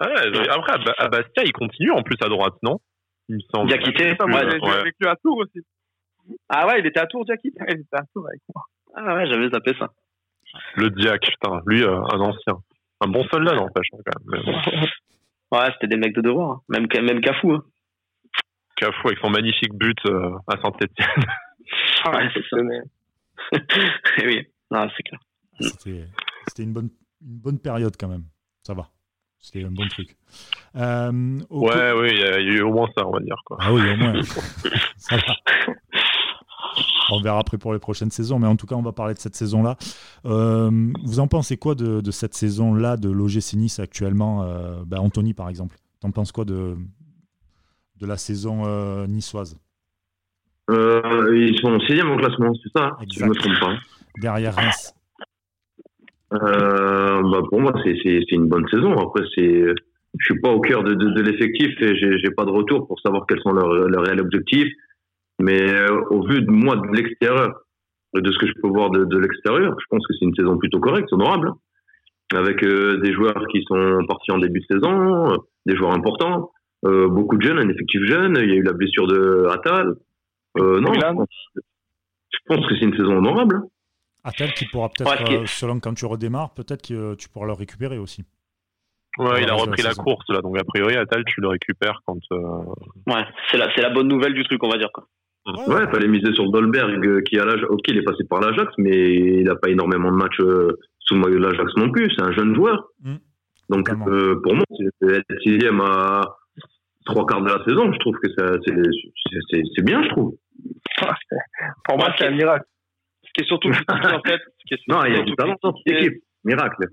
B: Ouais, mais après, à Ba- à Bastia, il continue en plus à droite, non Il me semble.
C: Diakité,
B: Ouais,
C: ouais,
D: Moi, j'ai joué
B: ouais.
D: avec lui à Tours aussi. (laughs)
C: Ah ouais, il était à Tours, Jackie.
D: Ouais, il était à Tours avec moi.
C: Ah ouais, j'avais zappé ça.
B: Le Diak, putain, lui, euh, un ancien. Un bon soldat, n'empêche, hein, quand même. Mais bon,
C: Ouais, c'était des mecs de devoir. Même, même Cafou, hein.
B: Cafou avec son magnifique but euh, à Saint-Etienne.
E: Ah,
C: Ouais, c'est ça. Eh
D: Mais-
C: (laughs) oui, non, c'est clair.
A: C'était c'était une bonne, une bonne période quand même. Ça va. C'était un bon truc. Euh, au co-
B: Ouais, ouais, il y a il y a eu au moins ça, on va dire, quoi.
A: Ah oui, au moins. (laughs) Ça va. On verra après pour les prochaines saisons, mais en tout cas, on va parler de cette saison-là. Euh, vous en pensez quoi de, de cette saison-là de l'OGC Nice actuellement Euh, ben, Anthony, par exemple. T'en penses quoi de, de la saison euh, niçoise
E: Euh, ils sont sixième au classement, c'est ça hein Si je me
A: Exact.
E: trompe pas.
A: derrière Reims
E: Euh, bah, pour moi, c'est c'est- c'est une bonne saison. Après, c'est je suis pas au cœur de, de, de l'effectif et j'ai j'ai pas de retour pour savoir quels sont leurs, leurs réels objectifs. Mais euh, au vu de moi de l'extérieur, et de ce que je peux voir de, de l'extérieur, je pense que c'est une saison plutôt correcte, honorable, avec euh, des joueurs qui sont partis en début de saison, euh, des joueurs importants, euh, beaucoup de jeunes, un effectif jeune. Il y a eu la blessure de Atal. Euh, non, je
D: Milan.
E: pense, je pense que c'est une saison honorable.
A: Attal qui pourra peut-être,
C: Ouais, ce qui est-
A: euh, selon quand tu redémarres, peut-être que euh, tu pourras le récupérer aussi.
B: Ouais, il
A: la
B: a
A: raison,
B: repris
A: la
B: la
A: saison.
B: course, là. Donc, a priori, Atal, tu le récupères quand. euh,
C: Ouais, c'est la, c'est la bonne nouvelle du truc, on va dire. Quoi.
E: Ouais, fallait miser sur Dolberg euh, qui à l'âge, ok, il est passé par l'Ajax, mais il n'a pas énormément de matchs euh, sous le maillot de l'Ajax non plus. C'est un jeune joueur.
A: Mm.
E: Donc
A: Totalement.
E: euh, pour moi, c'est- c'est être sixième à trois quarts de la saison, je trouve que ça, c'est- c'est c'est- c'est bien, je trouve.
D: Pour moi,
C: Ouais,
D: c'est un miracle.
C: Ce qui est
E: (laughs)
C: surtout critiqué, en fait. Ce qui est
E: Non, il y a
C: surtout
E: du talent dans cette
C: critiqué-
E: équipe. Miracle.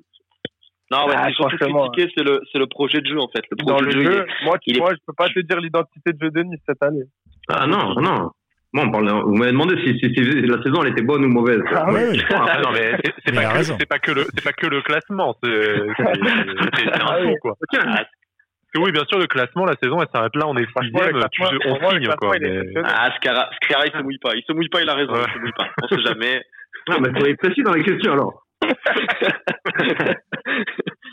C: Non, ouais, ce qui
D: Ah,
C: est surtout
D: franchement,
C: critiqué, c'est le, c'est le projet de jeu, en fait. Le projet
D: Dans
C: de
D: le
C: jeu, il
D: jeu, moi, tu-
C: il est-
D: moi, je peux pas te dire l'identité de jeu de Nice cette année.
E: Ah non, non. Moi, on parle, vous m'avez demandé si, si- si la saison elle était bonne ou mauvaise.
D: Ah
A: Ouais, ouais.
B: Ah, non, mais c'est- c'est
A: Mais il a
B: pas, que-
A: raison.
B: c'est pas que le, c'est pas que le classement. C'est c'est- c'est
D: (laughs) Ah
B: un
D: oui.
B: tout, quoi. Parce que oui, bien sûr, le classement, la saison, elle s'arrête là. On est
D: Franchement, le
B: sixième. tu-
D: classement- pour
B: On
D: moi, le
B: signe,
D: classement,
B: quoi.
D: il est
B: mais-
D: exceptionnel.
C: est- Ah, Scara, Scara, il se mouille pas. Il se mouille pas, il a raison.
B: Ouais.
C: Il se mouille pas. On sait jamais.
B: (laughs)
E: Ah, mais soyez précis dans les questions alors.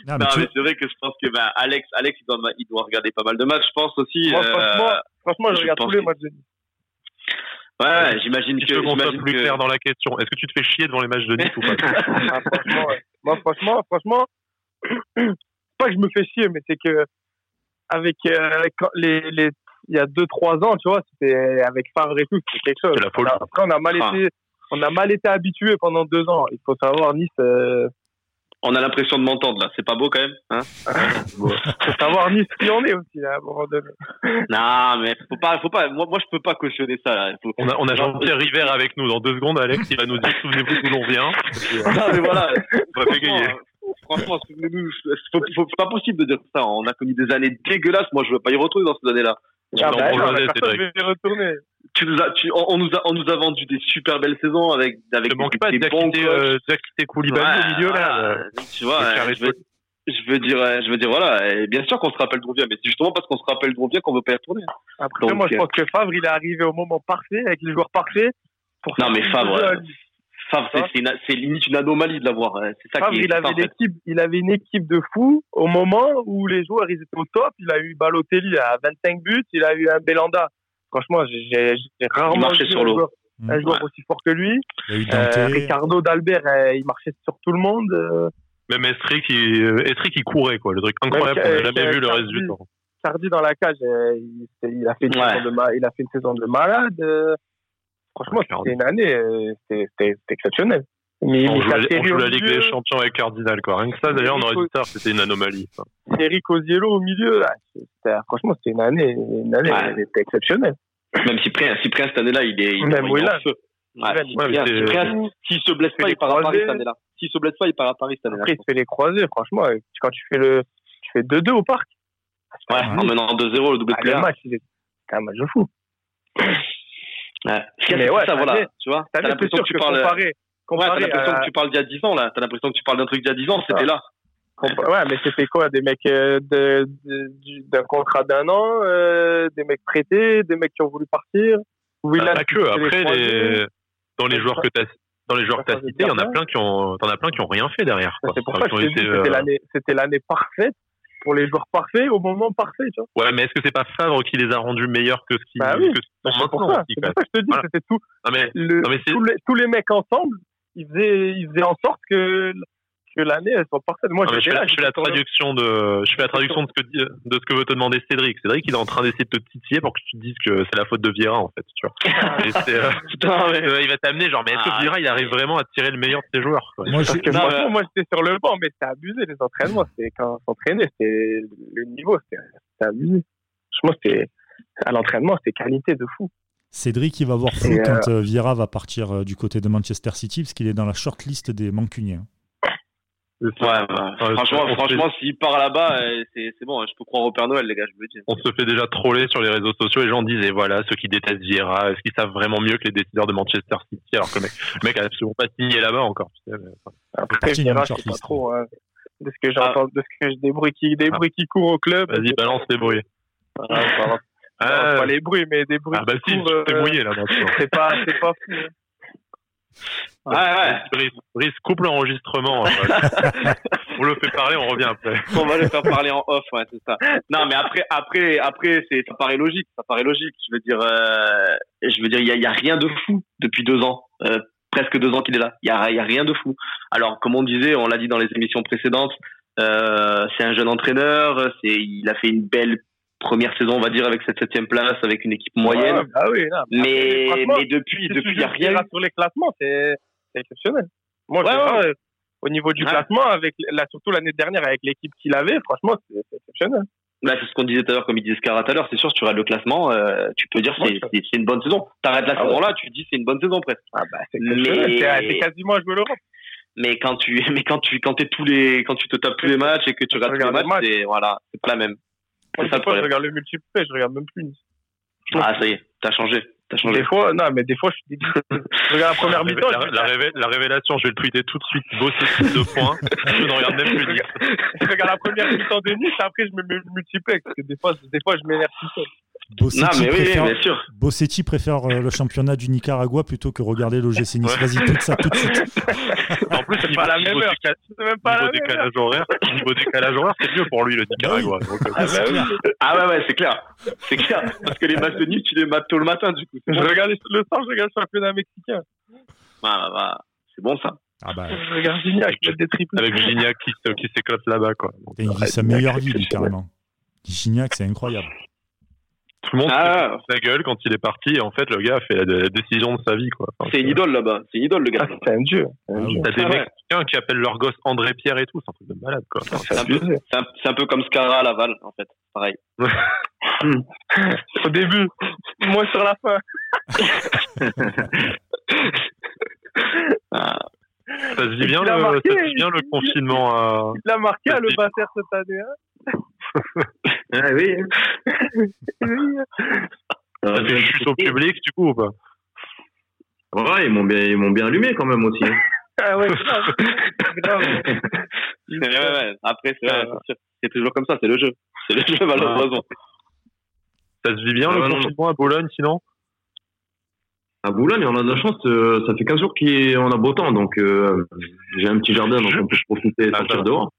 A: Non, mais
C: non,
A: tu-
C: mais c'est vrai que je pense que bah, Alex, Alex il, doit, ma- il doit regarder pas mal de matchs, je pense aussi.
D: Moi,
C: euh,
D: franchement, franchement, je,
C: je
D: regarde
C: pense
D: tous les
C: que-
D: matchs de Nice.
C: ouais, ouais, j'imagine que.
B: euh, Je veux qu'on soit
C: j'imagine
B: plus
C: que-
B: clair dans la question. Est-ce que tu te (laughs) fais chier devant les matchs de Nice ou pas
D: Ah, franchement, ouais. Moi, franchement, franchement, pas que je me fais chier, mais c'est que avec euh, quand les, les, il y a 2-3 ans, tu vois, c'était avec Favre et tout, c'était quelque chose.
B: C'est la folie.
D: Après, on a mal
C: Ah.
D: été, on a mal été habitué pendant deux ans. Il faut savoir, Nice, euh,
C: On a l'impression de m'entendre là, c'est pas beau quand même
B: (laughs)
C: hein
D: faut savoir Nice qui on est aussi, à un moment donné.
C: Non, mais faut pas, faut pas. Moi, moi, je peux pas cautionner ça. Là. Faut-
B: On a, on a Jean-Pierre River avec nous dans deux secondes, Alex. Il va nous dire souvenez-vous d'où l'on vient.
C: Non, mais voilà.
B: (laughs) On va bégayer.
C: Franchement, euh, Franchement, souvenez-nous, je- faut- faut- c'est pas possible de dire ça. On a connu des années dégueulasses. Moi, je veux pas y retourner dans ces années-là.
B: Ah,
D: bah,
B: on
D: non,
B: va
D: personne
B: Cédric.
D: veut y retourner.
C: Tu nous as, tu, on, on nous a, on nous a vendu des super belles saisons avec, avec
B: Ne manque pas
C: des bons
B: d'acquitter
C: coachs.
B: euh, d'acquitter Koulibaly
C: Ouais,
B: au milieu là.
C: voilà. Tu vois,
B: le
C: euh,
B: carré
C: je veux, je veux dire, euh, je veux dire, voilà. Et bien sûr qu'on se rappelle d'où on vient, mais c'est justement parce qu'on se rappelle d'où on vient qu'on veut pas y retourner.
D: Après,
C: Donc,
D: moi, je
C: euh,
D: pense que Favre, il est arrivé au moment parfait, avec les joueurs parfaits. Pour
C: Non,
D: faire
C: mais
D: une
C: Favre,
D: saison à
C: euh,
D: Nice.
C: Favre, c'est- c'est une- c'est limite une anomalie de l'avoir. hein. C'est ça
D: Favre,
C: qui est
D: Ah, il
C: ça,
D: avait
C: en fait.
D: l'équipe, il avait une équipe de fous au moment où les joueurs ils étaient au top. Il a eu Balotelli à 25 buts, il a eu un Belanda. Franchement, j'ai- j'ai j'ai rarement
C: marchait
D: vu
C: sur
D: un
C: l'eau.
D: joueur, un
A: Mm.
D: joueur aussi fort que lui.
A: Il y a eu
D: Euh,
A: Dante.
D: Ricardo d'Albert, euh, il marchait sur tout le monde. Euh,
B: Même Estri qui, euh, Estri qui courait quoi. Le truc incroyable.
D: Ouais,
B: On
D: euh,
B: n'a jamais
D: euh,
B: vu le reste
D: Cardi.
B: du temps.
D: Sardi dans la cage, euh, il, c'est- il a fait une
C: Ouais.
D: saison de ma- il a fait une saison de malade. Euh, Franchement,
B: Ouais, Cardi.
D: c'était une année, euh, c'était- c'était c'était exceptionnel. Mais
B: On
D: mais
B: joue, la, on
D: Terry
B: joue
D: au
B: la Ligue
D: milieu,
B: des Champions avec Cardinal quoi. Rien que ça d'ailleurs on aurait dit ça. C'était une anomalie. ça.
D: Terry Cosiello au milieu, là, c'était- franchement, c'était une année, une année,
C: Ouais.
D: elle était exceptionnelle.
C: Même Cyprien, Cyprien cette année-là, il est, il,
D: Même
C: il est en
D: Willan.
C: feu. Ouais,
D: Willan,
C: Cyprien,
B: ouais, mais c'est-
C: Cyprien, s'il se blesse
D: fait
C: pas,
D: les
C: il part à Paris
D: croisés.
C: cette année-là. S'il se blesse pas, il part à Paris cette année-là.
D: Après, il se fait les croisés, franchement. euh, Quand tu fais le, tu fais 2-2 au parc,
C: Ouais, en menant 2-0 le double
D: ah,
C: de
D: le
C: PA.
D: match, il est- c'était un match de fou.
C: Ouais. C'est
D: Ah, Mais ouais,
C: ça,
D: t'as
C: voilà.
D: vu-
C: Tu vois, t'as
D: T'as vu, c'est
C: l'impression
D: sûr
C: que
D: que
C: tu parles. euh, Ouais,
D: comparé,
C: t'as
D: comparé
C: l'impression
D: à-
C: que tu parles d'il y a 10 ans, là. T'as l'impression que tu parles d'un truc d'il y a 10 ans, c'était là.
D: compa- ouais, mais c'était quoi Des mecs euh, de- de- du- d'un contrat d'un an, euh, des mecs prêtés, des mecs qui ont voulu partir. Willan,
C: Ah,
B: Pas
D: qui
B: que.
D: s'est fait
B: Après
D: croisés.
B: les dans les joueurs que t'as dans les joueurs que t'as
D: Pas-
B: cités, il y en a plein qui ont t'en as plein qui ont rien fait derrière. quoi.
D: Bah, C'est pour
B: Enfin,
D: ça
B: qui
D: que
B: ont
D: je t'ai dit,
B: été,
D: c'était
B: euh,
D: l'année- c'était l'année parfaite pour les joueurs parfaits au moment parfait. Tu vois
B: Ouais, mais est-ce que c'est pas Favre qui les a rendus meilleurs que ce qu'ils
D: Bah oui,
B: que ce qu'ils sont
D: c'est pour
B: maintenant
D: ça.
B: aussi,
D: C'est
B: quoi.
D: pour ça que je te dis,
B: Voilà.
D: c'était tout.
B: Non, mais,
D: le-
B: non, mais c'est-
D: tous les, tous les mecs ensemble, ils faisaient, ils faisaient en sorte que, que l'année, elle soit parfaite. Moi,
B: non, mais je,
D: j'étais
B: fais
D: là,
B: la, je fais la
D: j'étais sur le-
B: traduction de, je fais la traduction de ce que dit- de ce que veut te demander Cédric. Cédric, il est en train d'essayer de te titiller pour que tu te dises que c'est la faute de Vieira en fait, tu vois. Et c'est, euh,
C: Putain, mais-
B: euh, il va t'amener genre, mais est-ce
C: Ah,
B: que Vieira il arrive vraiment à tirer le meilleur de ses joueurs quoi
A: Moi, je-
D: Parce que
C: Non,
D: franchement,
C: mais-
D: moi, j'étais sur le banc, mais c'était abusé, les entraînements. C'était quand on s'entraînait, c'était le niveau, c'était c'était abusé. Franchement, c'était, à l'entraînement, c'était qualité de fou.
A: Cédric, il va voir fou
D: Et, euh,
A: quand euh, Vieira va partir euh, du côté de Manchester City, parce qu'il est dans la shortlist des Mancuniens.
C: Ouais, bah,
B: Ouais,
C: franchement,
B: on se
C: franchement, s'il part là-bas, euh, c'est c'est bon, je peux croire au Père Noël, les gars, je vous le dis.
B: On se fait déjà troller sur les réseaux sociaux. Les gens disent, et voilà, ceux qui détestent Vieira, est-ce qu'ils savent vraiment mieux que les décideurs de Manchester City Alors que le mec, le mec a absolument pas signé là-bas encore. tu sais, mais-
D: Après,
A: Parti,
D: Vieira,
A: une
D: je sais pas
A: shortlist.
D: trop, hein, de ce que
C: Ah.
D: j'entends, de ce que je, des bruits qui, des
B: Ah.
D: bruits qui courent au club.
B: Vas-y, balance les bruits.
D: Ah, bah, bah,
B: Ah,
D: pas les bruits, mais des bruits
B: ah, bah si,
D: qui
B: tu
D: courent.
B: t'es
D: euh,
B: mouillé là maintenant.
D: c'est pas, c'est pas fou. hein.
C: Ouais, ouais, (laughs)
B: Brice, Brice, coupe l'enregistrement. euh, on le fait parler, on revient après.
C: on va le faire parler en off, ouais, c'est ça. Non, mais après, après, après, c'est, ça paraît logique, ça paraît logique. Je veux dire, euh, je veux dire, il y a, il y a rien de fou depuis deux ans, euh, presque deux ans qu'il est là. Il y a, il y a rien de fou. Alors, comme on disait, on l'a dit dans les émissions précédentes, euh, c'est un jeune entraîneur, c'est, il a fait une belle première saison, on va dire, avec cette septième place, avec une équipe moyenne.
D: Ouais, bah oui, non,
C: Ah, mais,
D: après, franchement,
C: mais depuis,
D: Si
C: depuis,
D: tu
C: il y a
D: joues
C: rien.
D: Vieira sur les classements, c'est c'est exceptionnel. Moi, je
C: Ouais,
D: vois,
C: ouais. Ah.
D: euh, au niveau du
C: Ouais.
D: classement, avec là, surtout l'année dernière avec l'équipe qu'il avait, franchement, c'est c'est exceptionnel.
C: Là, c'est ce qu'on disait tout à l'heure, comme il disait Scara tout à l'heure, c'est sûr, si tu regardes le classement, euh, tu peux dire c'est,
D: Ouais.
C: c'est, c'est une bonne saison. T'arrêtes la
D: Ah ouais.
C: saison là, tu dis c'est une bonne saison presque.
D: Ah bah, c'est exceptionnel.
C: Mais-
D: C'est- C'est quasiment à jouer l'Europe.
C: mais quand tu (laughs) mais quand tu quand t'es tous les quand tu te tapes tous les matchs et que tu regardes tous les
D: Regarde
C: matchs
D: le
C: c'est voilà c'est pas la même
D: Moi,
C: c'est ça le
D: des fois, je
C: problème
D: regarde le multiplayer, je regarde même plus. Nice.
C: ah ça y est t'as changé t'as
D: Des
C: changé
D: fois, non, mais des fois, je suis dégoûté.
C: (laughs)
D: je regarde la première mi-temps.
B: la,
D: je me dis,
B: la révé- la révélation, je vais le tweeter tout de suite. Beau site de points. Je ne regarde même plus. Nice.
D: (laughs) Je regarde la première mi-temps de Nice, après, je me mets le multiplex. Parce que des fois, des fois je m'énerve tout seul.
A: Bossetti
C: non mais oui, oui
A: préfère,
C: bien sûr
A: Bossetti préfère, euh, le championnat du Nicaragua plutôt que regarder l'OGC Nice.
B: Ouais.
A: Vas-y, tweet ça tout de suite.
B: En plus, niveau,
D: pas la
B: niveau
D: même heure.
B: déca-
D: C'est même
C: Ah
D: pas
B: niveau
D: la même.
B: décalage horaire, niveau décalage horaire, c'est mieux pour lui le Nicaragua. Donc, euh,
A: Ah, c'est clair.
C: ah ouais ouais c'est clair c'est clair parce que les matchs de nuit tu les mates tôt le matin du coup c'est
D: Je
C: bon.
D: regarde le soir, je regarde le championnat mexicain.
C: Bah, bah, bah, Ah, c'est bon ça
A: Ah bah,
D: Je regarde Gignac, il a des triples.
B: Avec Gignac qui, se- qui s'éclate là-bas, quoi. Donc,
A: putain, il vit sa
E: Gignac,
A: meilleure vie, lui,
E: exceptionnel.
A: carrément. Gignac, c'est incroyable.
B: tout le monde
C: Ah.
B: se fout de sa gueule quand il est parti. Et en fait, le gars a fait la, la décision de sa vie, quoi. Enfin,
C: C'est une idole là-bas. C'est une idole, le
D: Ah,
C: gars.
D: c'est un dieu. c'est un
A: Ah
D: dieu.
A: ouais.
B: T'as des
C: Ah ouais.
B: Mexicains qui appellent leur gosse André Pierre et tout. C'est un truc de malade, quoi.
C: C'est un, peu- c'est un- c'est un peu comme Scara à Laval, en fait. Pareil.
D: Au début, moi sur la fin.
B: Ça se vit bien,
D: Il a
B: le,
D: marqué,
B: ça se vit bien le
D: il-
B: confinement à.
D: Il l'a marqué à le Basser cette année. (laughs) hein.
E: Ah oui.
B: Ça fait une chute au public, du coup, ou pas
E: Ouais, ils m'ont bien, ils m'ont bien allumé quand même aussi. hein.
D: Ah ouais, (laughs) grave. grave.
C: Ouais, ouais, ouais. Après, c'est
D: Ouais.
C: Ah, ouais, c'est sûr. C'est toujours comme ça. C'est le jeu. C'est le jeu, malheureusement.
B: Ça se vit bien,
E: Ah,
B: le
E: non, non.
B: confinement à Bologne, sinon
E: À Boulogne, on a de la chance. euh, ça fait 15 jours qu'on a beau temps, donc euh, j'ai un petit jardin, donc on peut profiter de
B: Ah, ça
C: bah.
E: sortir
B: va.
E: dehors.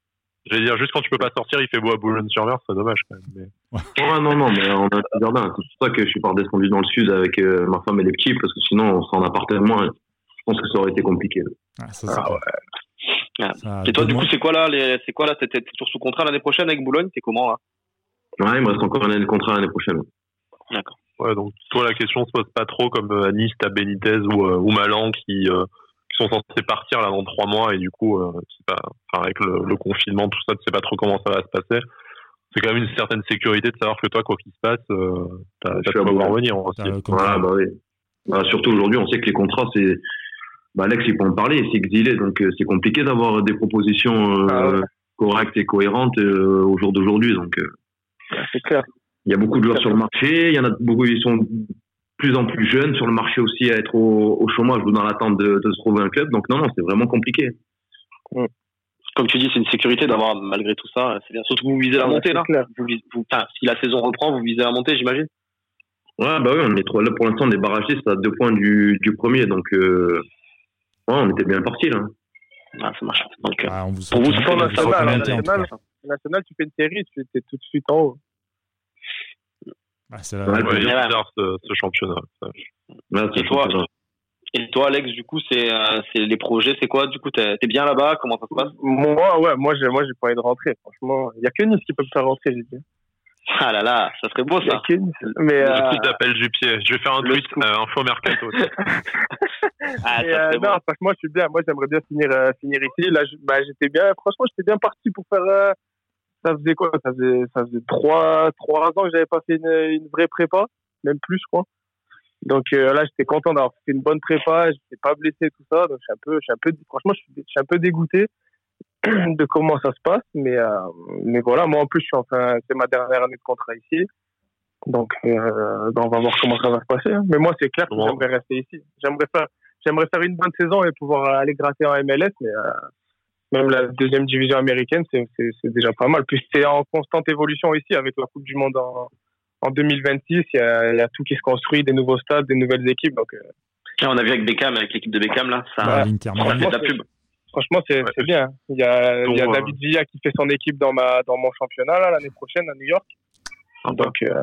B: Je vais dire, juste quand tu peux pas sortir, il fait beau à Boulogne-sur-Mer, c'est dommage, quand même. Mais...
E: Ouais, non, non, mais on a un petit jardin. C'est pour ça que je suis pas redescendu dans le sud avec euh, ma femme et les petits, parce que sinon, on s'en appartait moins. Je pense que ça aurait été compliqué.
A: Ah, ça, c'est
D: Ah
A: clair.
C: ouais.
A: Ça,
C: Et toi,
A: deux
C: du
A: mois-
C: coup, c'est quoi là les... C'est quoi là T'es t'es toujours sous contrat l'année prochaine avec Boulogne T'es comment là
E: Ouais, il me reste encore un année de contrat l'année prochaine.
B: Ouais, donc toi, la question se pose pas trop comme euh, à Nice, t'as Benitez ou, euh, ou Malan qui, euh, qui sont censés partir là dans trois mois et du coup, euh, c'est pas, enfin, avec le, le confinement, tout ça, tu sais pas trop comment ça va se passer. C'est quand même une certaine sécurité de savoir que toi, quoi qu'il se passe, euh, t'as
E: Je
B: t'as de
E: suis à
B: quoi
E: Boulogne.
B: voir venir. aussi.
A: t'as le contrat.
E: Voilà, bah oui. Bah, surtout aujourd'hui, on sait que les contrats, c'est. Bah, Alex, il peut en parler, il s'est exilé, donc euh, c'est compliqué d'avoir des propositions euh,
D: Ah ouais.
E: correctes et cohérentes euh, au jour d'aujourd'hui. Donc, euh,
D: C'est clair.
E: il y a beaucoup de joueurs sur le marché, il y en a beaucoup, ils sont de plus en plus jeunes sur le marché aussi à être au, au chômage ou dans l'attente de, de se trouver un club. Donc, non, non, c'est vraiment compliqué.
C: Comme tu dis, c'est une sécurité d'avoir malgré tout ça. C'est bien. Ah, Surtout que vous visez la montée là.
D: C'est clair.
C: Vous visez- vous- enfin, si la saison reprend, vous visez la montée, j'imagine.
E: Ouais, bah oui, on est trois. Là, pour l'instant, on est barragistes à deux points du, du premier, donc euh, ouais, on était bien parti là.
C: Ah, ça marche. Donc, euh,
A: Ah, on vous
C: Pour vous,
A: souhaite-
C: c'est pour
A: on vous
D: national,
A: souhaite
D: hein,
A: la montée, en tout cas.
D: national. National, tu fais une série, tu es tout de suite en haut.
A: Ah, c'est la-
E: Ouais,
B: Ouais, il est
C: Ouais.
B: bizarre ce, ce championnat. Ça,
E: Là, c'est
C: Et toi Et toi, Alex, du coup, c'est euh, c'est les projets, c'est quoi Du coup, t'es t'es bien là-bas Comment ça se
D: Bah,
C: passe
D: Moi, ouais, moi, j'ai, moi, j'ai pas envie de rentrer. Franchement, il y a que Nice qui peut me faire rentrer, j'ai dit.
C: Ah là là, ça serait beau
D: Il y a
C: ça.
D: (laughs) que Nice. Mais,
B: Le
D: euh,
B: petit appel du pied. Je vais faire un
C: Le (laughs)
B: tweet,
C: scoop.
B: euh, info mercato.
C: (laughs) Ah,
D: mais, euh,
C: ça serait beau.
D: non, franchement, je suis bien. Moi, j'aimerais bien finir, euh, finir ici. Là, je- bah, j'étais bien. Franchement, j'étais bien parti pour faire. euh, ça faisait quoi Ça faisait, ça faisait trois, trois ans que j'avais pas fait une, une vraie prépa, même plus, je crois. Donc euh, là, j'étais content d'avoir fait une bonne prépa. J'étais pas blessé, tout ça. Donc, je suis un peu, je suis un peu, franchement, je suis, je suis un peu dégoûté (clears throat) de comment ça se passe. Mais, euh, mais voilà, moi, en plus, je suis en train, c'est ma dernière année de contrat ici. Donc, euh, donc, on va voir comment ça va se passer. hein. Mais moi, c'est clair que
B: Bon.
D: j'aimerais rester ici. J'aimerais faire j'aimerais faire une bonne saison et pouvoir aller gratter en MLS, mais euh, même la deuxième division américaine, c'est- c'est c'est déjà pas mal. Puis c'est en constante évolution ici avec la Coupe du Monde en, en 2026. Il y, a, il y a tout qui se construit, des nouveaux stades, des nouvelles équipes. Donc, euh,
C: Tiens, on a vu avec Beckham, avec l'équipe de Beckham là, ça,
A: Bah,
D: Ouais.
A: l'Inter
C: ça
A: Milan.
C: fait de la
D: franchement,
C: pub.
D: franchement, c'est
B: Ouais.
D: c'est bien. Il y a, il y a
B: Donc,
D: David Villa qui fait son équipe dans, ma, dans mon championnat là, l'année prochaine à New York.
B: Ah
D: Donc, euh,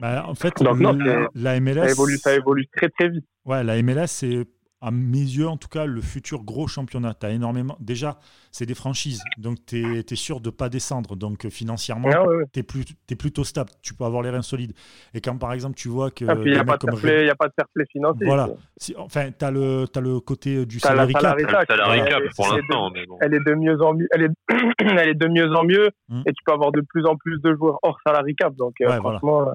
A: Bah, en fait,
D: Donc, non,
A: le- la MLS,
D: ça, évolue, ça évolue très très vite.
A: ouais, la MLS, c'est à mes yeux, en tout cas, le futur gros championnat. T'as énormément. Déjà, c'est des franchises, donc tu es, sûr de pas descendre. Donc euh, financièrement,
D: Ah, ouais, ouais.
A: tu es, plutôt stable. Tu peux avoir les reins solides. Et quand, par exemple, tu vois que
D: Ah,
A: des
D: puis il n'y a,
A: mecs
D: pas de
A: comme
D: fair play- il y a pas de fair play financier.
A: Voilà. Si- enfin, tu as le, t'as le côté euh, du
D: T'as la
A: salary cap.
D: salary-
B: ça la
A: Ouais,
B: récap pour
D: c'est-
B: l'instant. mais bon.
D: elle est de mieux en mieux, elle est, (clears throat) elle est de mieux en mieux,
A: Mm.
D: et tu peux avoir de plus en plus de joueurs hors salary cap. Donc, euh,
A: Ouais, voilà.
D: franchement, euh,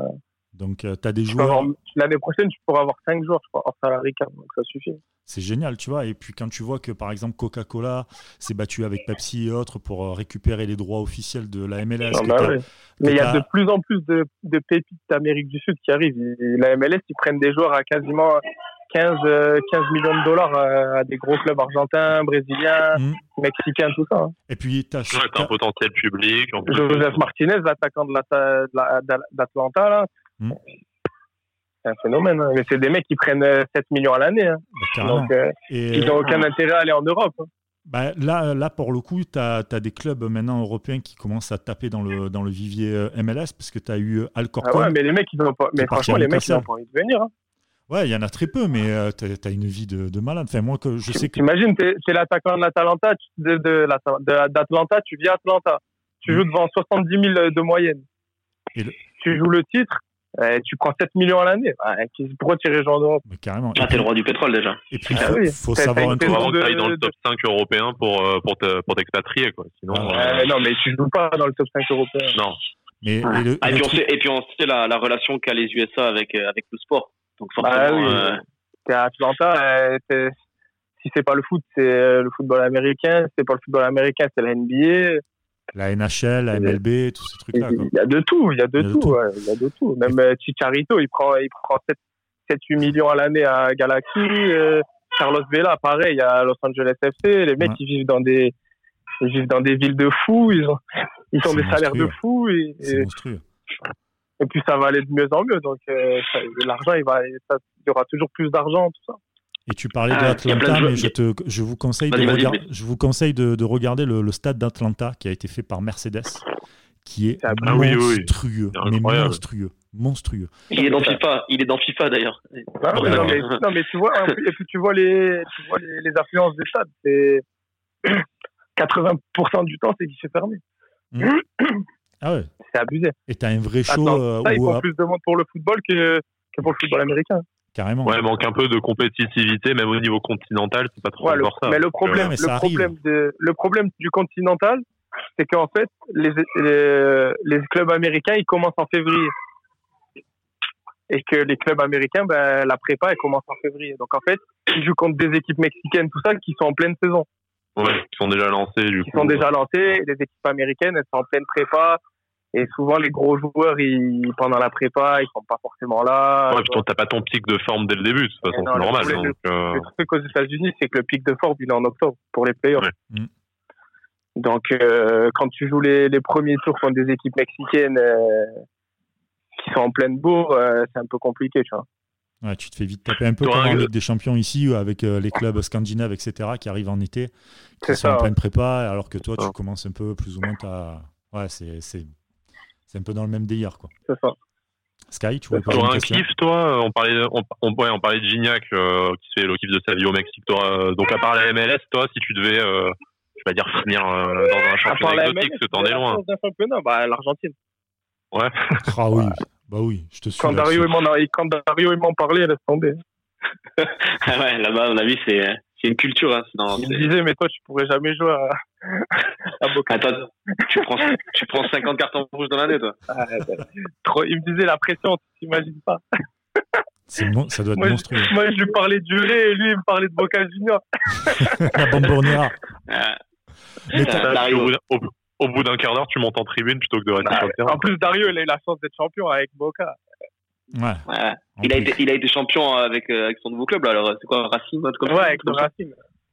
A: Donc, tu as des
D: tu peux
A: joueurs.
D: avoir- l'année prochaine, tu pourras avoir 5 joueurs, je crois, hors salary cap. Donc, ça suffit.
A: C'est génial, tu vois. Et puis quand tu vois que par exemple Coca-Cola s'est battu avec Pepsi et autres pour euh, récupérer les droits officiels de la MLS,
D: Non,
A: que
D: bah
A: t'as-
D: ouais. Mais il y a
A: t'as-
D: de plus en plus de, de pépites d'Amérique du Sud qui arrivent. Ils- la MLS, ils prennent des joueurs à quasiment 15, euh, 15 millions de dollars euh, à des gros clubs argentins, brésiliens,
A: Mm.
D: mexicains, tout ça. hein.
A: et puis tu as,
B: Ouais, t'as un potentiel public. En plus,
D: Joseph Martinez, l'attaquant de l'Ata- de la- d'A- d'Atlanta, là.
A: Mm.
D: C'est un phénomène. hein. Mais c'est des mecs qui prennent euh, 7 millions à l'année. hein. Donc, euh,
A: bah, et
D: ils n'ont aucun intérêt à aller en Europe. hein.
A: bah, là, là, pour le coup, tu as, des clubs maintenant européens qui commencent à taper dans le, dans le vivier euh, MLS parce que tu as eu
D: Ah
A: Alcorcon.
D: ouais, mais les mecs, ils n'ont pas. Mais
A: C'est parti
D: franchement,
A: à
D: les mecs, ils
A: Newcastle.
D: n'ont pas envie de venir. hein.
A: Ouais, il y en a très peu, mais euh, t'as t'as une vie de, de malade. Enfin, moi, que je sais que.
D: T'imagines, t'es es, l'attaquant de l'Atalanta, tu- de- de l'Ata- de- d'Atlanta, tu vis à Atlanta. Tu joues devant 70 000 de moyenne.
A: Hmm. Et le-
D: Tu joues le titre, euh, tu prends 7 millions à l'année. Ouais, qui- pourquoi tu irais jouer en Europe
A: Mais carrément.
C: Ah,
A: Et
C: t'es
A: puis,
C: le roi du pétrole déjà.
A: et puis,
D: Ah
A: faut,
D: oui,
A: faut
D: t'as-
A: savoir
D: t'as
A: un
D: une
A: truc.
B: Faut vraiment
D: de-
B: que t'ailles dans le
D: de-
B: top 5 européen pour, euh, pour, te- pour t'expatrier, quoi. Sinon,
A: Ah
B: euh,
D: Euh, Non, mais tu joues pas dans le top 5 européen.
B: non.
A: Mais et le-
C: Ah, et,
A: le
C: puis on
A: truc-
C: sait, et puis on sait la, la relation qu'a les USA avec, euh, avec le sport. Donc forcément,
D: Bah oui.
C: euh,
D: T'es à Atlanta, euh, t'es- si c'est pas le foot, c'est euh, le football américain. Si c'est pas le football américain, c'est la NBA.
A: la NHL, la MLB, tous ces
D: Il
A: trucs-là. quoi.
D: il y a de tout, il y a de
A: Il y a de
D: tout,
A: tout.
D: ouais, il y a de tout. Même euh, Chicharito, il prend, il prend 7, 8 millions à l'année à Galaxy. euh, Carlos Vela, pareil, à Los Angeles FC. Les mecs,
A: Ouais.
D: ils vivent dans des, ils vivent dans des villes de fous. Ils ont, ils ont
A: C'est
D: des salaires de
A: monstrueux.
D: fous. Et,
A: C'est
D: et,
A: monstrueux.
D: et puis ça va aller de mieux en mieux. Donc euh, ça- l'argent, il va, ça- il y aura toujours plus d'argent, tout ça.
A: Et tu parlais
C: Ah, il y a plein
A: d'Atlanta,
C: de
A: mais
C: jeux-
A: je, te, je vous conseille, de,
C: Vas-y, vas-y,
A: regard-
C: vas-y.
A: je vous conseille de, de regarder le, le stade d'Atlanta qui a été fait par Mercedes, qui est
D: Ah
B: oui, oui, oui.
A: monstrueux,
B: C'est
A: mais
B: incroyable.
A: monstrueux, monstrueux.
C: il est dans FIFA. Il est dans FIFA d'ailleurs. (laughs)
D: Non,
B: Ah,
D: mais, Bah non,
B: d'accord.
D: mais, non, mais tu vois, en plus, et puis tu vois les, tu vois les, les influences des stades, c'est (clears throat) 80% du temps, c'est guichet fermé.
A: Ah ouais.
D: C'est abusé.
A: Et t'as un vrai show euh,
D: Attends, ça, ils
A: où,
D: font
A: euh,
D: plus de monde pour le football que, que pour le football américain.
A: carrément.
B: Ouais, manque un peu de compétitivité, même au niveau continental, c'est pas trop
D: Ouais, le-
B: encore ça.
D: mais le
B: Donc,
D: problème,
A: mais ça
D: le,
A: arrive.
D: problème de- le problème du continental, c'est qu'en fait, les, les, les clubs américains, ils commencent en février. Et que les clubs américains, ben, la prépa, elle commence en février. Donc en fait, ils jouent contre des équipes mexicaines, tout ça, qui sont en pleine saison.
B: euh, ouais, qui sont déjà lancés, du
D: qui
B: coup.
D: sont déjà lancées. Les équipes américaines, elles sont en pleine prépa. Et souvent, les gros joueurs, ils, pendant la prépa, ils sont pas forcément là.
B: Ouais, puis t'as pas ton pic de forme dès le début, de toute façon,
D: non,
B: c'est
D: le
B: normal.
D: problème,
B: donc, euh,
D: Le truc aux États-Unis, c'est que le pic de forme, il est en octobre pour les players.
B: Ouais.
A: Mm.
D: Donc, euh, quand tu joues les, les premiers tours contre des équipes mexicaines euh, qui sont en pleine bourre, euh, c'est un peu compliqué, tu vois.
A: Ouais, tu te fais vite taper un peu
B: Toi,
A: comme en
B: un-
A: Ligue des Champions ici, avec euh, les clubs scandinaves, etc., qui arrivent en été, qui
D: C'est
A: sont en
D: ça. hein.
A: pleine prépa, alors que toi, tu
B: ça.
A: commences un peu plus ou moins ta. Ouais, c'est c'est- c'est un peu dans le même délire, quoi.
D: C'est ça.
A: Sky, tu voulais poser
B: T'aurais
A: une
B: un
A: question
B: kiff, toi On parlait, on, on- ouais, on parlait de Gignac, euh, qui fait le kiff de sa vie au Mexique. Toi, euh, donc, à part la MLS, toi, si tu devais, euh, je vais pas dire finir euh, dans un
D: À part
B: championnat
D: la
B: exotique,
D: MLS,
B: parce que t'en es
D: la
B: loin.
D: chance d'un championnat, bah, l'Argentine.
B: Ouais.
A: Ah oui, bah oui, je te suis.
D: Quand
A: là-dessus.
D: Dario, il m'en a- quand Dario, il m'en parlait, laisse tomber.
C: Ah ouais, là-bas, à mon avis, c'est euh, c'est une culture. Hein. C'est dans-
D: Il
C: c'est-
D: me disait, mais toi, tu pourrais jamais jouer à, à Boca.
C: Attends, Ah, tu prends, tu prends 50 cartons rouges dans l'année, toi.
D: Ah, ben, trop- il me disait la pression, tu t'imagines pas.
A: C'est mon- Ça doit être
D: Moi,
A: monstrueux.
D: je, moi, je lui parlais du Ré et lui, il me parlait de Boca Junior.
A: La
D: (laughs)
A: Bombonera.
C: Ah.
A: Mais
C: Ah,
B: Bah, puis
C: Dario.
B: au bout d'un- au, au bout d'un quart d'heure, tu montes en tribune plutôt que de rester sur le terrain.
D: Bah, En plus, Dario, il a eu la chance d'être champion avec Boca.
A: Ouais.
C: Ouais.
A: en
C: Il a,
A: plus.
C: été, il a été champion avec, euh, avec son nouveau club, là. Alors, c'est quoi, Racing un truc comme
D: Ouais,
C: ça,
D: avec le
C: comme ça
D: Racing.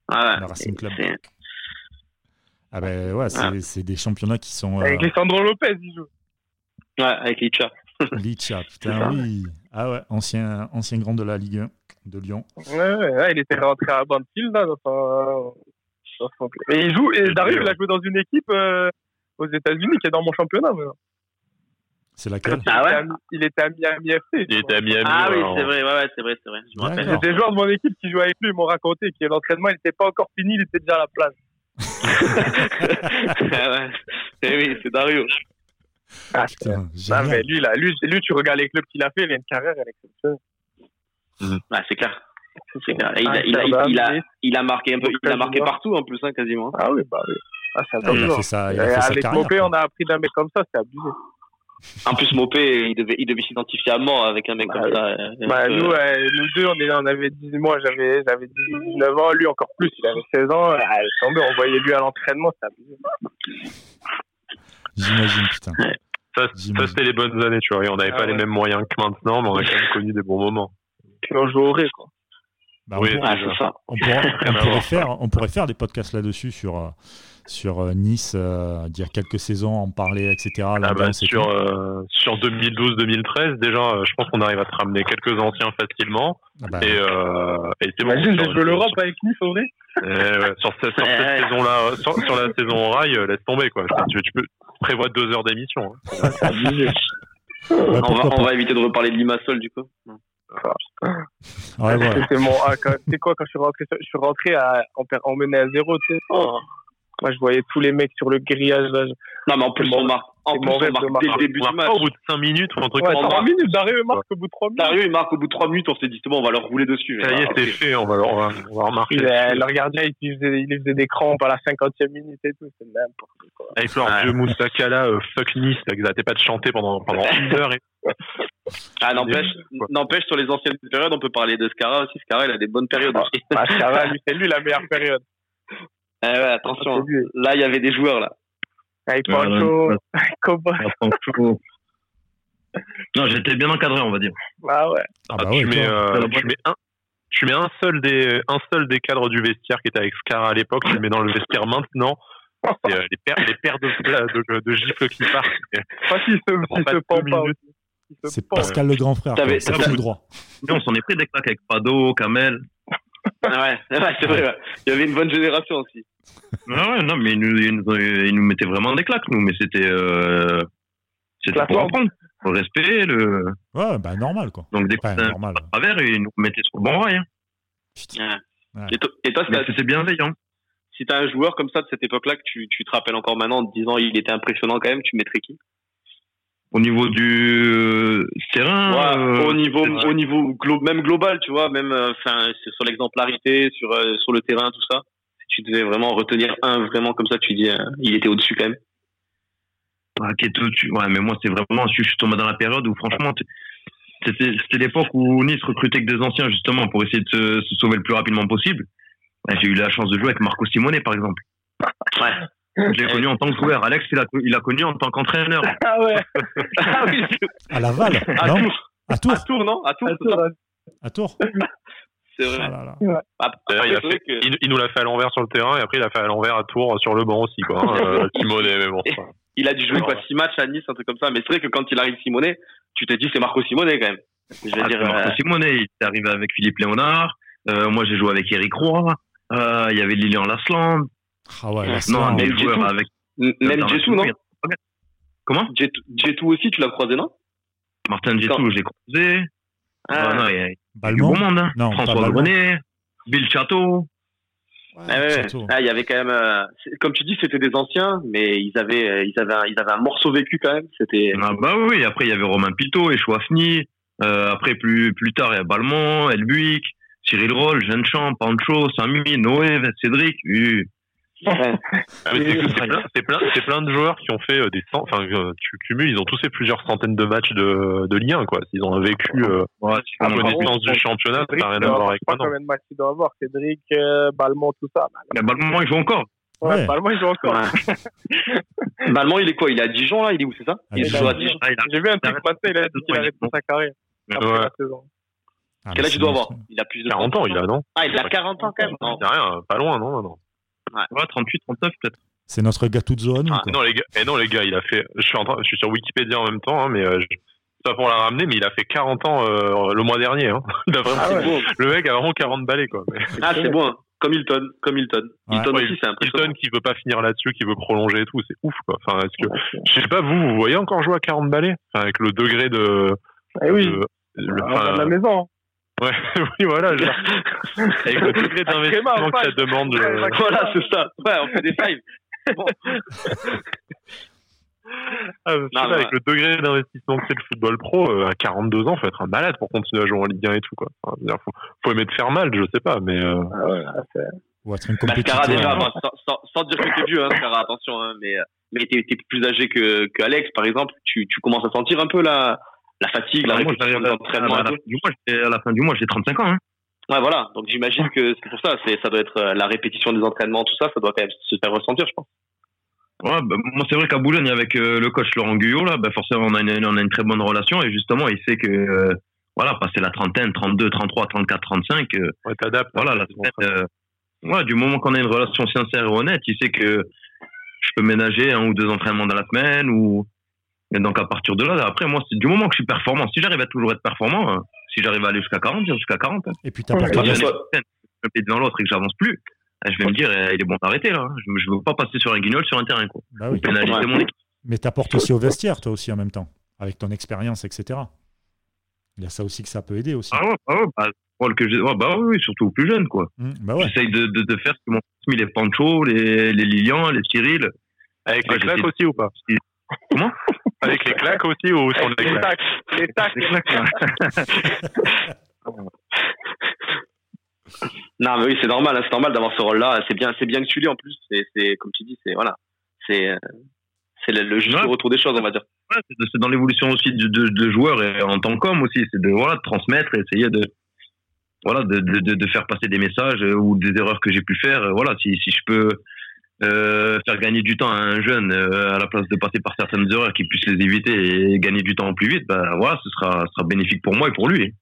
C: Ah ouais.
A: Le Racing Club.
C: C'est-
A: Ah ben ouais, c'est- c'est des championnats qui sont. euh,
D: Avec Lisandro Lopez, il joue.
C: ouais, avec Licha.
D: (laughs)
A: Licha,
C: C'est
A: euh, putain,
C: ça.
A: oui. Ah ouais, ancien, ancien grand de la Ligue 1 de Lyon.
D: Ouais, ouais, ouais, il était rentré à Banfield, là, dans son, dans son club. Et il joue, et Dario, il a joué dans une équipe euh, aux États-Unis qui est dans mon championnat. maintenant.
A: C'est laquelle
C: Ah
D: Il était
C: ouais
D: à Mi- Il était à Miami FC.
B: Il était à Miami.
C: Ah oui,
B: alors,
C: c'est vrai, ouais, ouais, c'est vrai, c'est vrai. Je me rappelle.
A: D'accord.
D: Des joueurs de mon équipe qui jouaient avec lui ils m'ont raconté que l'entraînement, il n'était pas encore fini, il était déjà à la place.
C: Ah ouais. Eh oui, c'est Dario.
A: Putain,
D: Ah,
A: génial.
D: mais lui, là, lui, lui, tu regardes les clubs qu'il a fait, il a une carrière, elle est exceptionnelle.
C: Ah, c'est clair. C'est clair. Et Ah, Il
D: Ah,
C: a, il, a, il, a, il, a, il a marqué un peu, il a marqué partout, en plus, hein, quasiment.
D: Ah oui, bah oui. Ah, c'est
A: Ah, il a
D: abusé.
A: fait sa, il a
D: Et
A: fait sa
D: Avec
A: carrière.
D: Mopé,
A: quoi.
D: on a appris d'un mec comme ça, c'est abusé.
C: En plus, Mopé, il devait, il devait s'identifier à mort avec un mec
D: Bah
C: comme
D: oui.
C: ça. euh,
D: Bah,
C: euh,
D: nous, euh, nous deux, on, est, on avait 18 mois, j'avais j'avais 19 ans, lui encore plus, il avait 16 ans. Ah, laisse tomber, on voyait lui à l'entraînement, c'est abusé.
A: J'imagine, putain.
B: Ça, ça
A: J'imagine.
B: c'était les bonnes années, tu vois. et on n'avait
D: Ah
B: pas les
D: ouais.
B: mêmes moyens que maintenant, mais on a quand même connu des bons moments.
D: Puis on joue au Ré, quoi.
A: Bah,
B: Oui.
A: on, pour-
C: Ah, c'est ça.
A: on pourra-
C: (laughs)
A: on
B: à
A: pourrait
B: voir.
A: faire, on pourrait faire des podcasts là-dessus sur, euh, sur euh, Nice, euh, dire quelques saisons, en parler, etc.
B: Ah bah,
A: l'ambiance et
B: sur
A: tout.
B: euh, sur 2012-2013, déjà, euh, je pense qu'on arrive à te ramener quelques anciens facilement.
A: Ah bah,
B: Et, euh, et c'est bon.
D: Imagine,
B: Sur-
D: j'ai joué l'Europe avec Nice au Ré.
B: Eh ouais, sur cette, sur cette
C: Ouais.
B: saison-là, euh, sur, sur la saison en rail, euh, laisse tomber quoi. Je pense que tu peux prévoir deux heures d'émission. hein.
D: Ah,
A: ouais,
C: on,
A: pourquoi
B: Bah,
C: va, (laughs) on
A: pas.
C: va éviter de reparler de Limassol, du coup.
A: Ouais, ouais.
D: C'était mon ah, quand- c'est quoi quand je suis rentré sur- Je suis rentré à on, per- on menait à zéro, tu sais.
C: Oh.
D: Moi, je voyais tous les mecs sur le grillage là.
C: Non, mais en plus,
D: C'est
C: on marque, en
D: c'est
C: plus,
D: mon
C: on
D: rêve de
C: marque dès
D: marquer.
C: le début
B: On marque
C: du match.
B: pas au bout de 5 minutes ou un truc
D: Ouais,
B: comme
C: on
D: trois
B: ça.
C: marque.
D: minutes, Dario il marque au bout de trois minutes.
C: Dario, il marque au bout de 3 minutes, on s'est dit, c'est bon, on va leur rouler dessus. Ah,
B: Ça y est, c'est fait, on va, leur- on va, on va remarquer.
D: Il, euh, le gardien, il lui faisait, il lui faisait des crampes à la 50e minute et tout. C'est n'importe quoi.
B: Avec leur vieux Moussaka là, euh, fuck Nice, là, qu'ils arrêtaient pas de chanter pendant, pendant une heure. Et...
C: Ah, n'empêche, n'empêche, sur les anciennes périodes, on peut parler de Scara aussi. Scara, il a des bonnes périodes aussi.
D: Ah, ça va, lui, c'est lui la meilleure période.
C: Eh ouais,
D: Ah, C'est
C: attention.
D: lui.
C: Là, il y avait des joueurs, là.
D: Avec
E: Ouais,
D: Pancho,
E: ouais.
D: (laughs) Kobo.
E: Ah, franchement. Non, j'étais bien encadré, on va dire.
D: Ah ouais.
A: Ah
B: Ah,
A: bah
B: tu,
A: ouais,
B: mets,
A: toi.
B: euh,
E: Ça va
B: tu
E: pas.
B: mets un. Tu mets un seul des un seul des cadres du vestiaire qui était avec Scara à l'époque, tu le mets dans le vestiaire maintenant. Et, euh, les paires les paires de, de, de gifles qui partent.
D: Pas s'il se,
B: prend
D: s'il
B: pas
D: se
B: deux
D: pend pas.
B: minutes.
D: aussi. Il se
A: C'est
D: pend.
A: Pascal le grand frère.
C: T'avais-
A: quoi. C'est
C: t'avais-
A: tout droit.
E: Et on s'en est pris des claques avec Pado, Kamel.
C: Ah Ouais, (laughs) ouais, c'est vrai. ouais. Il y avait une bonne génération aussi.
E: Ah ouais, non, mais ils nous, ils nous, ils nous mettaient vraiment des claques, nous. Mais c'était. euh, c'était
D: La
E: pour
D: forme.
E: apprendre. Le respect, le.
A: Ouais, bah normal quoi.
E: Donc, dès que
A: Enfin,
E: c'était un
A: normal.
E: travers, ils nous mettaient sur le bon rail. hein.
A: Putain.
C: Ouais.
A: Ouais.
C: Et, to- et toi, si
E: Mais
C: t'as-
E: c'était bienveillant.
C: si t'as un joueur comme ça de cette époque-là que tu, tu te rappelles encore maintenant en te disant il était impressionnant quand même, tu mettrais qui
E: Au niveau du euh, terrain.
C: Ouais,
E: euh,
C: au niveau,
E: c'est vrai.
C: au niveau glo- même global, tu vois, même euh, 'fin, c'est sur l'exemplarité, sur, euh, sur le terrain, tout ça. Si tu devais vraiment retenir un vraiment comme ça, tu dis euh, il était au-dessus quand même.
E: Ah, qui est au-dessus. Ouais, mais moi, c'est vraiment. Je suis- je suis tombé dans la période où, franchement, t- c'était c'était l'époque où Nice recrutait que des anciens, justement, pour essayer de se, se sauver le plus rapidement possible. Ouais, J'ai eu la chance de jouer avec Marco Simonet, par exemple.
C: Ouais.
E: Je l'ai connu en tant que joueur. Alex, il a, co- il a connu en tant qu'entraîneur.
D: Ah ouais.
C: ah oui,
A: À Laval
C: (laughs)
E: Ah,
C: à
A: Non
C: Tours,
A: À
C: à
A: Tours
C: Ah, Tours, non À Tours, c'est ça
D: Attends,
A: À Tours
C: c'est
A: Ah
C: vrai.
A: là là.
C: Après,
B: D'ailleurs, il a
C: c'est vrai que-
B: Il, il nous l'a fait à l'envers sur le terrain et après il l'a fait à l'envers à Tours sur le banc aussi quoi. hein, (laughs) euh, Timonet, mais bon. ça.
C: Il a dû jouer quoi six matchs à Nice, un truc comme ça. Mais c'est vrai que quand il arrive Simonet, tu t'es dit c'est Marco Simonet quand même. Je vais
E: Ah,
C: dire,
E: c'est Marco
C: euh,
E: Simonet, il est arrivé avec Philippe Léonard. Euh, moi, j'ai joué avec Eric Roy. Euh, Il y avait Lilian Lasland.
A: Ah ouais, là, c'est
E: Non,
A: marrant.
E: des
C: Jetou.
E: joueurs avec. euh,
C: m- même Jessou, non
E: Comment
C: Jetou- Jetou aussi, tu l'as croisé, non
E: Martin Jessou, je l'ai croisé. Ah, non, il y a- il y a du
A: Balmont
E: bon monde. hein.
A: Non, pas
E: François
A: Balmont.
E: Grenet, Bill Château.
C: Ah ouais, ouais.
A: Château.
C: Ah, il y avait quand même, euh, c'est- comme tu dis, c'était des anciens, mais ils avaient, euh, ils avaient, un, ils avaient un morceau vécu quand même. C'était.
B: Mm.
E: Ah bah oui, après il y avait Romain Pito et Chouafni. Euh, après plus plus tard il y a Balmont, Elbuic, Cyril Roll, Jeanchamp, Pancho, Samy, Noé, Cédric. euh, Oui.
C: (laughs) Ouais.
B: Ah, mais c'est que c'est plein, c'est plein- c'est plein de joueurs qui ont fait euh, des cent- enfin euh, tu cumules, ils ont tous fait plusieurs centaines de matchs de, de Ligue 1 quoi. Ils ont vécu euh,
E: Ouais,
B: la
E: c'est vraiment-
D: bon,
B: connaissance
D: bon,
B: du championnat, ça
D: Cédric,
B: n'a rien
D: il
B: à
D: doit
B: voir
D: avoir-
B: avec
D: euh, je sais pas
B: maintenant.
D: combien de matchs il doit avoir. Cédric, euh, Balmont, tout ça.
E: Mais Balmont il joue encore.
D: Ouais,
A: Ouais.
D: Balmont, il joue encore.
C: Ouais. Balmont, Bah, il est quoi Il est à Dijon là Il est où, c'est ça
A: Ah,
C: Il
A: Dijon.
C: joue à Dijon.
E: Ah, il a-
D: J'ai vu un truc passer, il a dit qu'il
E: Ouais,
D: arrête
E: bon.
D: sa carrière après
B: Ouais.
D: la saison.
A: Ah, mais
C: Quel âge
A: c'est
C: il doit
A: bon,
C: avoir Il a plus de
B: 40 ans il a non
C: Ah, il a 40 ans quand même. Non.
B: C'est rien, pas loin non maintenant.
E: ouais, 38, 39 peut-être.
A: C'est notre Gattuso à nous.
C: Ah,
A: quoi.
B: Non les gars, eh non les gars, il a fait je suis en train- je suis sur Wikipédia en même temps hein, mais euh, je- c'est pas pour la ramener mais il a fait 40 ans euh, le mois dernier hein. (laughs) Il a vraiment-
D: Ah
C: C'est
D: ouais.
C: bon.
B: Le mec a vraiment 40 balais quoi. Mais
C: Ah, c'est bon. hein. Comme Hilton, comme Hilton.
A: Ouais.
C: Hilton
B: Ouais,
C: aussi, c'est impressionnant.
B: (laughs) Hilton qui veut pas finir là-dessus, qui veut prolonger et tout, c'est ouf quoi. Enfin est-ce que je sais pas vous, vous voyez encore jouer à 40 balais Enfin, avec le degré de
D: Eh oui,
B: de- Euh, le-
D: on
B: enfin, (laughs)
D: va de la maison.
B: Ouais, oui, voilà. genre, avec le degré d'investissement que ça demande. euh,
D: Ouais,
C: (laughs) Voilà, (laughs) c'est ça. Ouais, on fait des fives.
B: ah, c'est
C: Non,
B: ça,
C: non,
B: avec le degré d'investissement que c'est le football pro, euh, à 42 ans, faut être un malade pour continuer à jouer en Ligue 1 et tout. Quoi. Enfin, je veux dire, faut, faut aimer te faire mal, je sais pas, mais euh,
D: Ah,
A: Ou être une
C: Mascara Bah, déjà,
A: compétiteur. hein.
C: bon, sans, sans, sans dire que t'es vieux, hein, Mascara, attention, hein, mais euh, mais t'es t'es plus âgé que, que Alex, par exemple, tu, tu commences à sentir un peu la, la fatigue, la
E: Ah, moi,
C: répétition
E: j'arrive
C: de
E: à-
C: l'entraînement
E: à
C: et
E: la
C: tout.
E: fin du mois, j'ai- à la fin du mois, j'ai 35 ans. Hein.
C: Ouais, voilà, donc j'imagine que c'est pour ça, c'est ça doit être euh, la répétition des entraînements, tout ça, ça doit quand même se faire ressentir, je pense.
E: Ouais, bah, moi, c'est vrai qu'à Boulogne, avec euh, le coach Laurent Guyot, là, bah, forcément, on a, une, on a une très bonne relation. Et justement, il sait que, euh, voilà, passer la trentaine, 32, 33, 34, 35, euh,
B: ouais, t'adaptes. hein.
E: voilà, la semaine, euh, ouais, du moment qu'on a une relation sincère et honnête, il sait que je peux ménager un ou deux entraînements dans la semaine. Ou... Et donc, à partir de là, après, moi, c'est du moment que je suis performant, si j'arrive à toujours être performant, hein, si j'arrive à aller jusqu'à 40, j'irai jusqu'à 40. hein.
A: Et puis t'as pas
E: Quand il y
A: perdu.
E: en a une semaine, je me mets devant l'autre et que j'avance plus, eh, je vais me dire, eh, il est bon d'arrêter là. hein. Je ne veux pas passer sur un guignol sur un terrain. Quoi.
A: Bah oui.
E: Pénaliser
C: Ouais.
E: mon équipe.
A: Mais t'apportes aussi au vestiaire, toi aussi, en même temps, avec ton expérience, etc. Il y a ça aussi que ça peut aider aussi.
E: Ah ouais, ah ouais, bah, moi, le que j'ai- ouais, bah oui, surtout aux plus jeunes, quoi.
A: Hmm, bah ouais.
E: J'essaye de, de, de faire ce que m'ont transmis les Pancho, les, les Lilian, les Cyril.
B: Avec les
E: Ouais,
B: claques
E: j'étais-
B: aussi ou pas
E: Comment
B: Avec les claques aussi ou sans les
D: Les
B: claques
D: tacs, les tacs.
E: C'est clair,
B: hein.
E: quoi.
C: Non, mais oui, c'est normal, hein, c'est normal d'avoir ce rôle-là. C'est bien, c'est bien que tu l'aies en plus. C'est, c'est, comme tu dis, c'est voilà, c'est, euh, c'est le, le juste
E: Ouais.
C: retour des choses, on va dire.
E: Ouais, c'est c'est dans l'évolution aussi de, de, de joueurs et en tant qu'homme aussi, c'est de voilà de transmettre, et essayer de voilà de, de, de, de faire passer des messages euh, ou des erreurs que j'ai pu faire. euh, Voilà, si, si je peux euh, faire gagner du temps à un jeune euh, à la place de passer par certaines erreurs qu'il puisse les éviter et gagner du temps au plus vite, bah voilà, ce sera ce sera bénéfique pour moi et pour lui.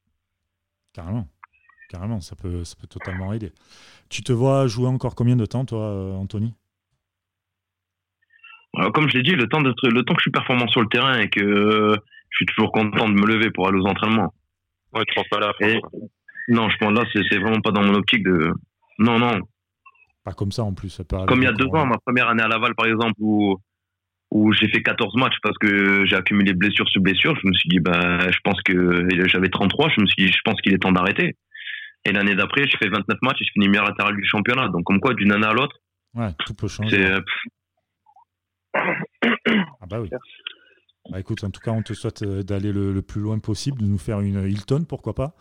A: Carrément. Carrément, ça peut, ça peut totalement aider. Tu te vois jouer encore combien de temps, toi, euh, Anthony
E: Alors, comme je l'ai dit, le temps d'être le temps que je suis performant sur le terrain et que euh, je suis toujours content de me lever pour aller aux entraînements.
B: Ouais, tu penses pas là.
E: Et- non, je pense là, c'est c'est vraiment pas dans mon optique de non non.
A: Pas comme ça, en plus. ça peut arriver
E: Comme il y a deux
A: encore.
E: ans, ma première année à Laval, par exemple, où, où j'ai fait 14 matchs parce que j'ai accumulé blessure sur blessure, je me suis dit, bah, je pense que j'avais 33, je me suis dit, je pense qu'il est temps d'arrêter. Et l'année d'après, je fais 29 matchs et je finis meilleur latéral du championnat. Donc, comme quoi, d'une année à l'autre,
A: Ouais, tout peut changer.
E: c'est. pff,
A: Ah bah oui. Bah écoute, en tout cas, on te souhaite euh, d'aller le, le plus loin possible, de nous faire une Hilton, pourquoi pas.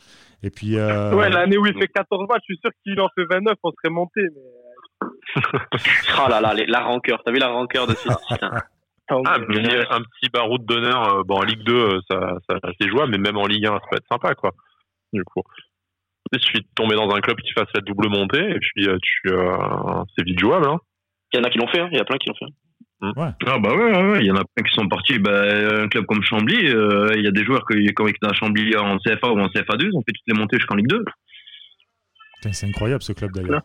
A: Et puis, euh,
D: Ouais, l'année où il fait 14 matchs, je suis sûr qu'il en fait 29, on serait monté. Mais...
C: Oh là là, les- la rancœur. T'as vu la rancœur de ce
B: Ah, mais un petit baroud d'honneur, euh, bon, en Ligue 2, euh, ça, ça, c'est jouable, mais même en Ligue 1, ça peut être sympa, quoi. Du coup, il suffit de tomber dans un club qui fasse la double montée, et puis euh, tu, euh, c'est vite jouable. Hein.
C: Il y en a qui l'ont fait, hein, il y a plein qui l'ont fait.
E: Ah, bah ouais, ouais, ouais, il y en a plein qui sont partis. Bah, un club comme Chambly, euh, il y a des joueurs qui, quand ils étaient à Chambly en CFA ou en CFA2, ils ont fait toutes les montées jusqu'en Ligue 2.
A: putain, c'est incroyable ce club d'ailleurs.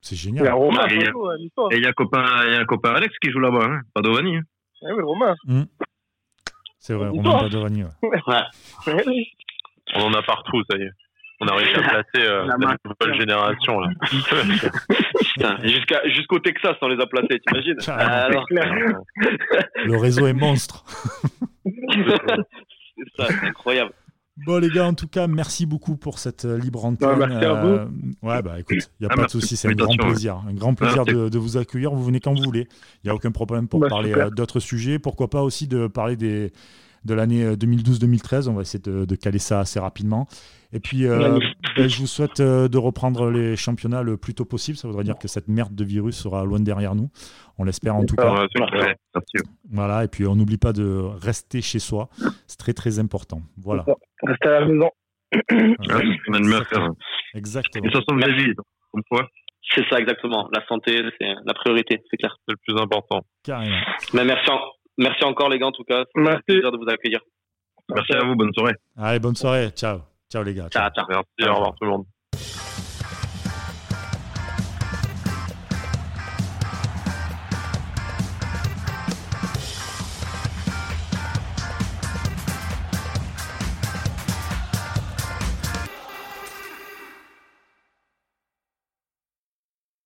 A: C'est génial.
D: La Romain,
E: Ouais, il y a-
D: c'est chaud, hein, l'histoire.
E: Et il y a un copain, il y a un copain Alex qui joue là-bas, hein, Padovani. hein.
D: Eh oui, Romain.
A: C'est vrai,
D: Dis
A: Romain
D: donc.
A: Badovani. ouais.
B: On en a partout, ça y est. On a réussi à placer euh,
C: La
B: la
C: main.
B: nouvelle génération. Là.
C: Putain, jusqu'à, jusqu'au Texas, on les a placés, t'imagines
A: Carrément.
C: Ah, alors,
A: Le réseau est monstre. (laughs)
C: c'est ça, c'est incroyable.
A: Bon les gars, en tout cas, merci beaucoup pour cette euh, libre antenne.
D: Bah, merci à
A: Euh, ouais, bah écoute, il n'y a
E: Ah,
A: pas de
E: merci
A: souci,
E: pour
A: c'est un grand
E: l'invitation, ouais.
A: plaisir. Un grand plaisir de, de vous accueillir. Vous venez quand vous voulez. Il n'y a aucun problème pour
D: Bah,
A: parler
D: super.
A: euh, d'autres sujets. Pourquoi pas aussi de parler des, de l'année euh, 2012-2013. On va essayer de, de caler ça assez rapidement. Et puis, euh,
D: Magnifique.
A: ben, je vous souhaite euh, de reprendre les championnats le plus tôt possible. Ça voudrait dire que cette merde de virus sera loin derrière nous. On l'espère en tout cas.
E: Ah, bah, Ouais, c'est clair, c'est sûr.
A: Voilà. Et puis, on n'oublie pas de rester chez soi. C'est très, très important. Voilà.
D: Restez à la maison.
E: Ouais,
A: Ouais,
E: c'est ce qu'on a de mieux à faire. hein.
A: Exactement.
E: Et ça sauve la vie, donc, comme quoi.
C: C'est ça, exactement. La santé, c'est la priorité, c'est clair.
B: C'est le plus important.
A: Carrément.
C: Mais merci, en- merci encore, les gars, en tout cas. C'est un
D: Merci.
C: plaisir de vous accueillir.
E: Merci à vous, bonne soirée.
A: Allez, bonne soirée. Ciao. Ciao les gars.
C: Ciao, ciao.
B: Merci, au revoir tout le monde.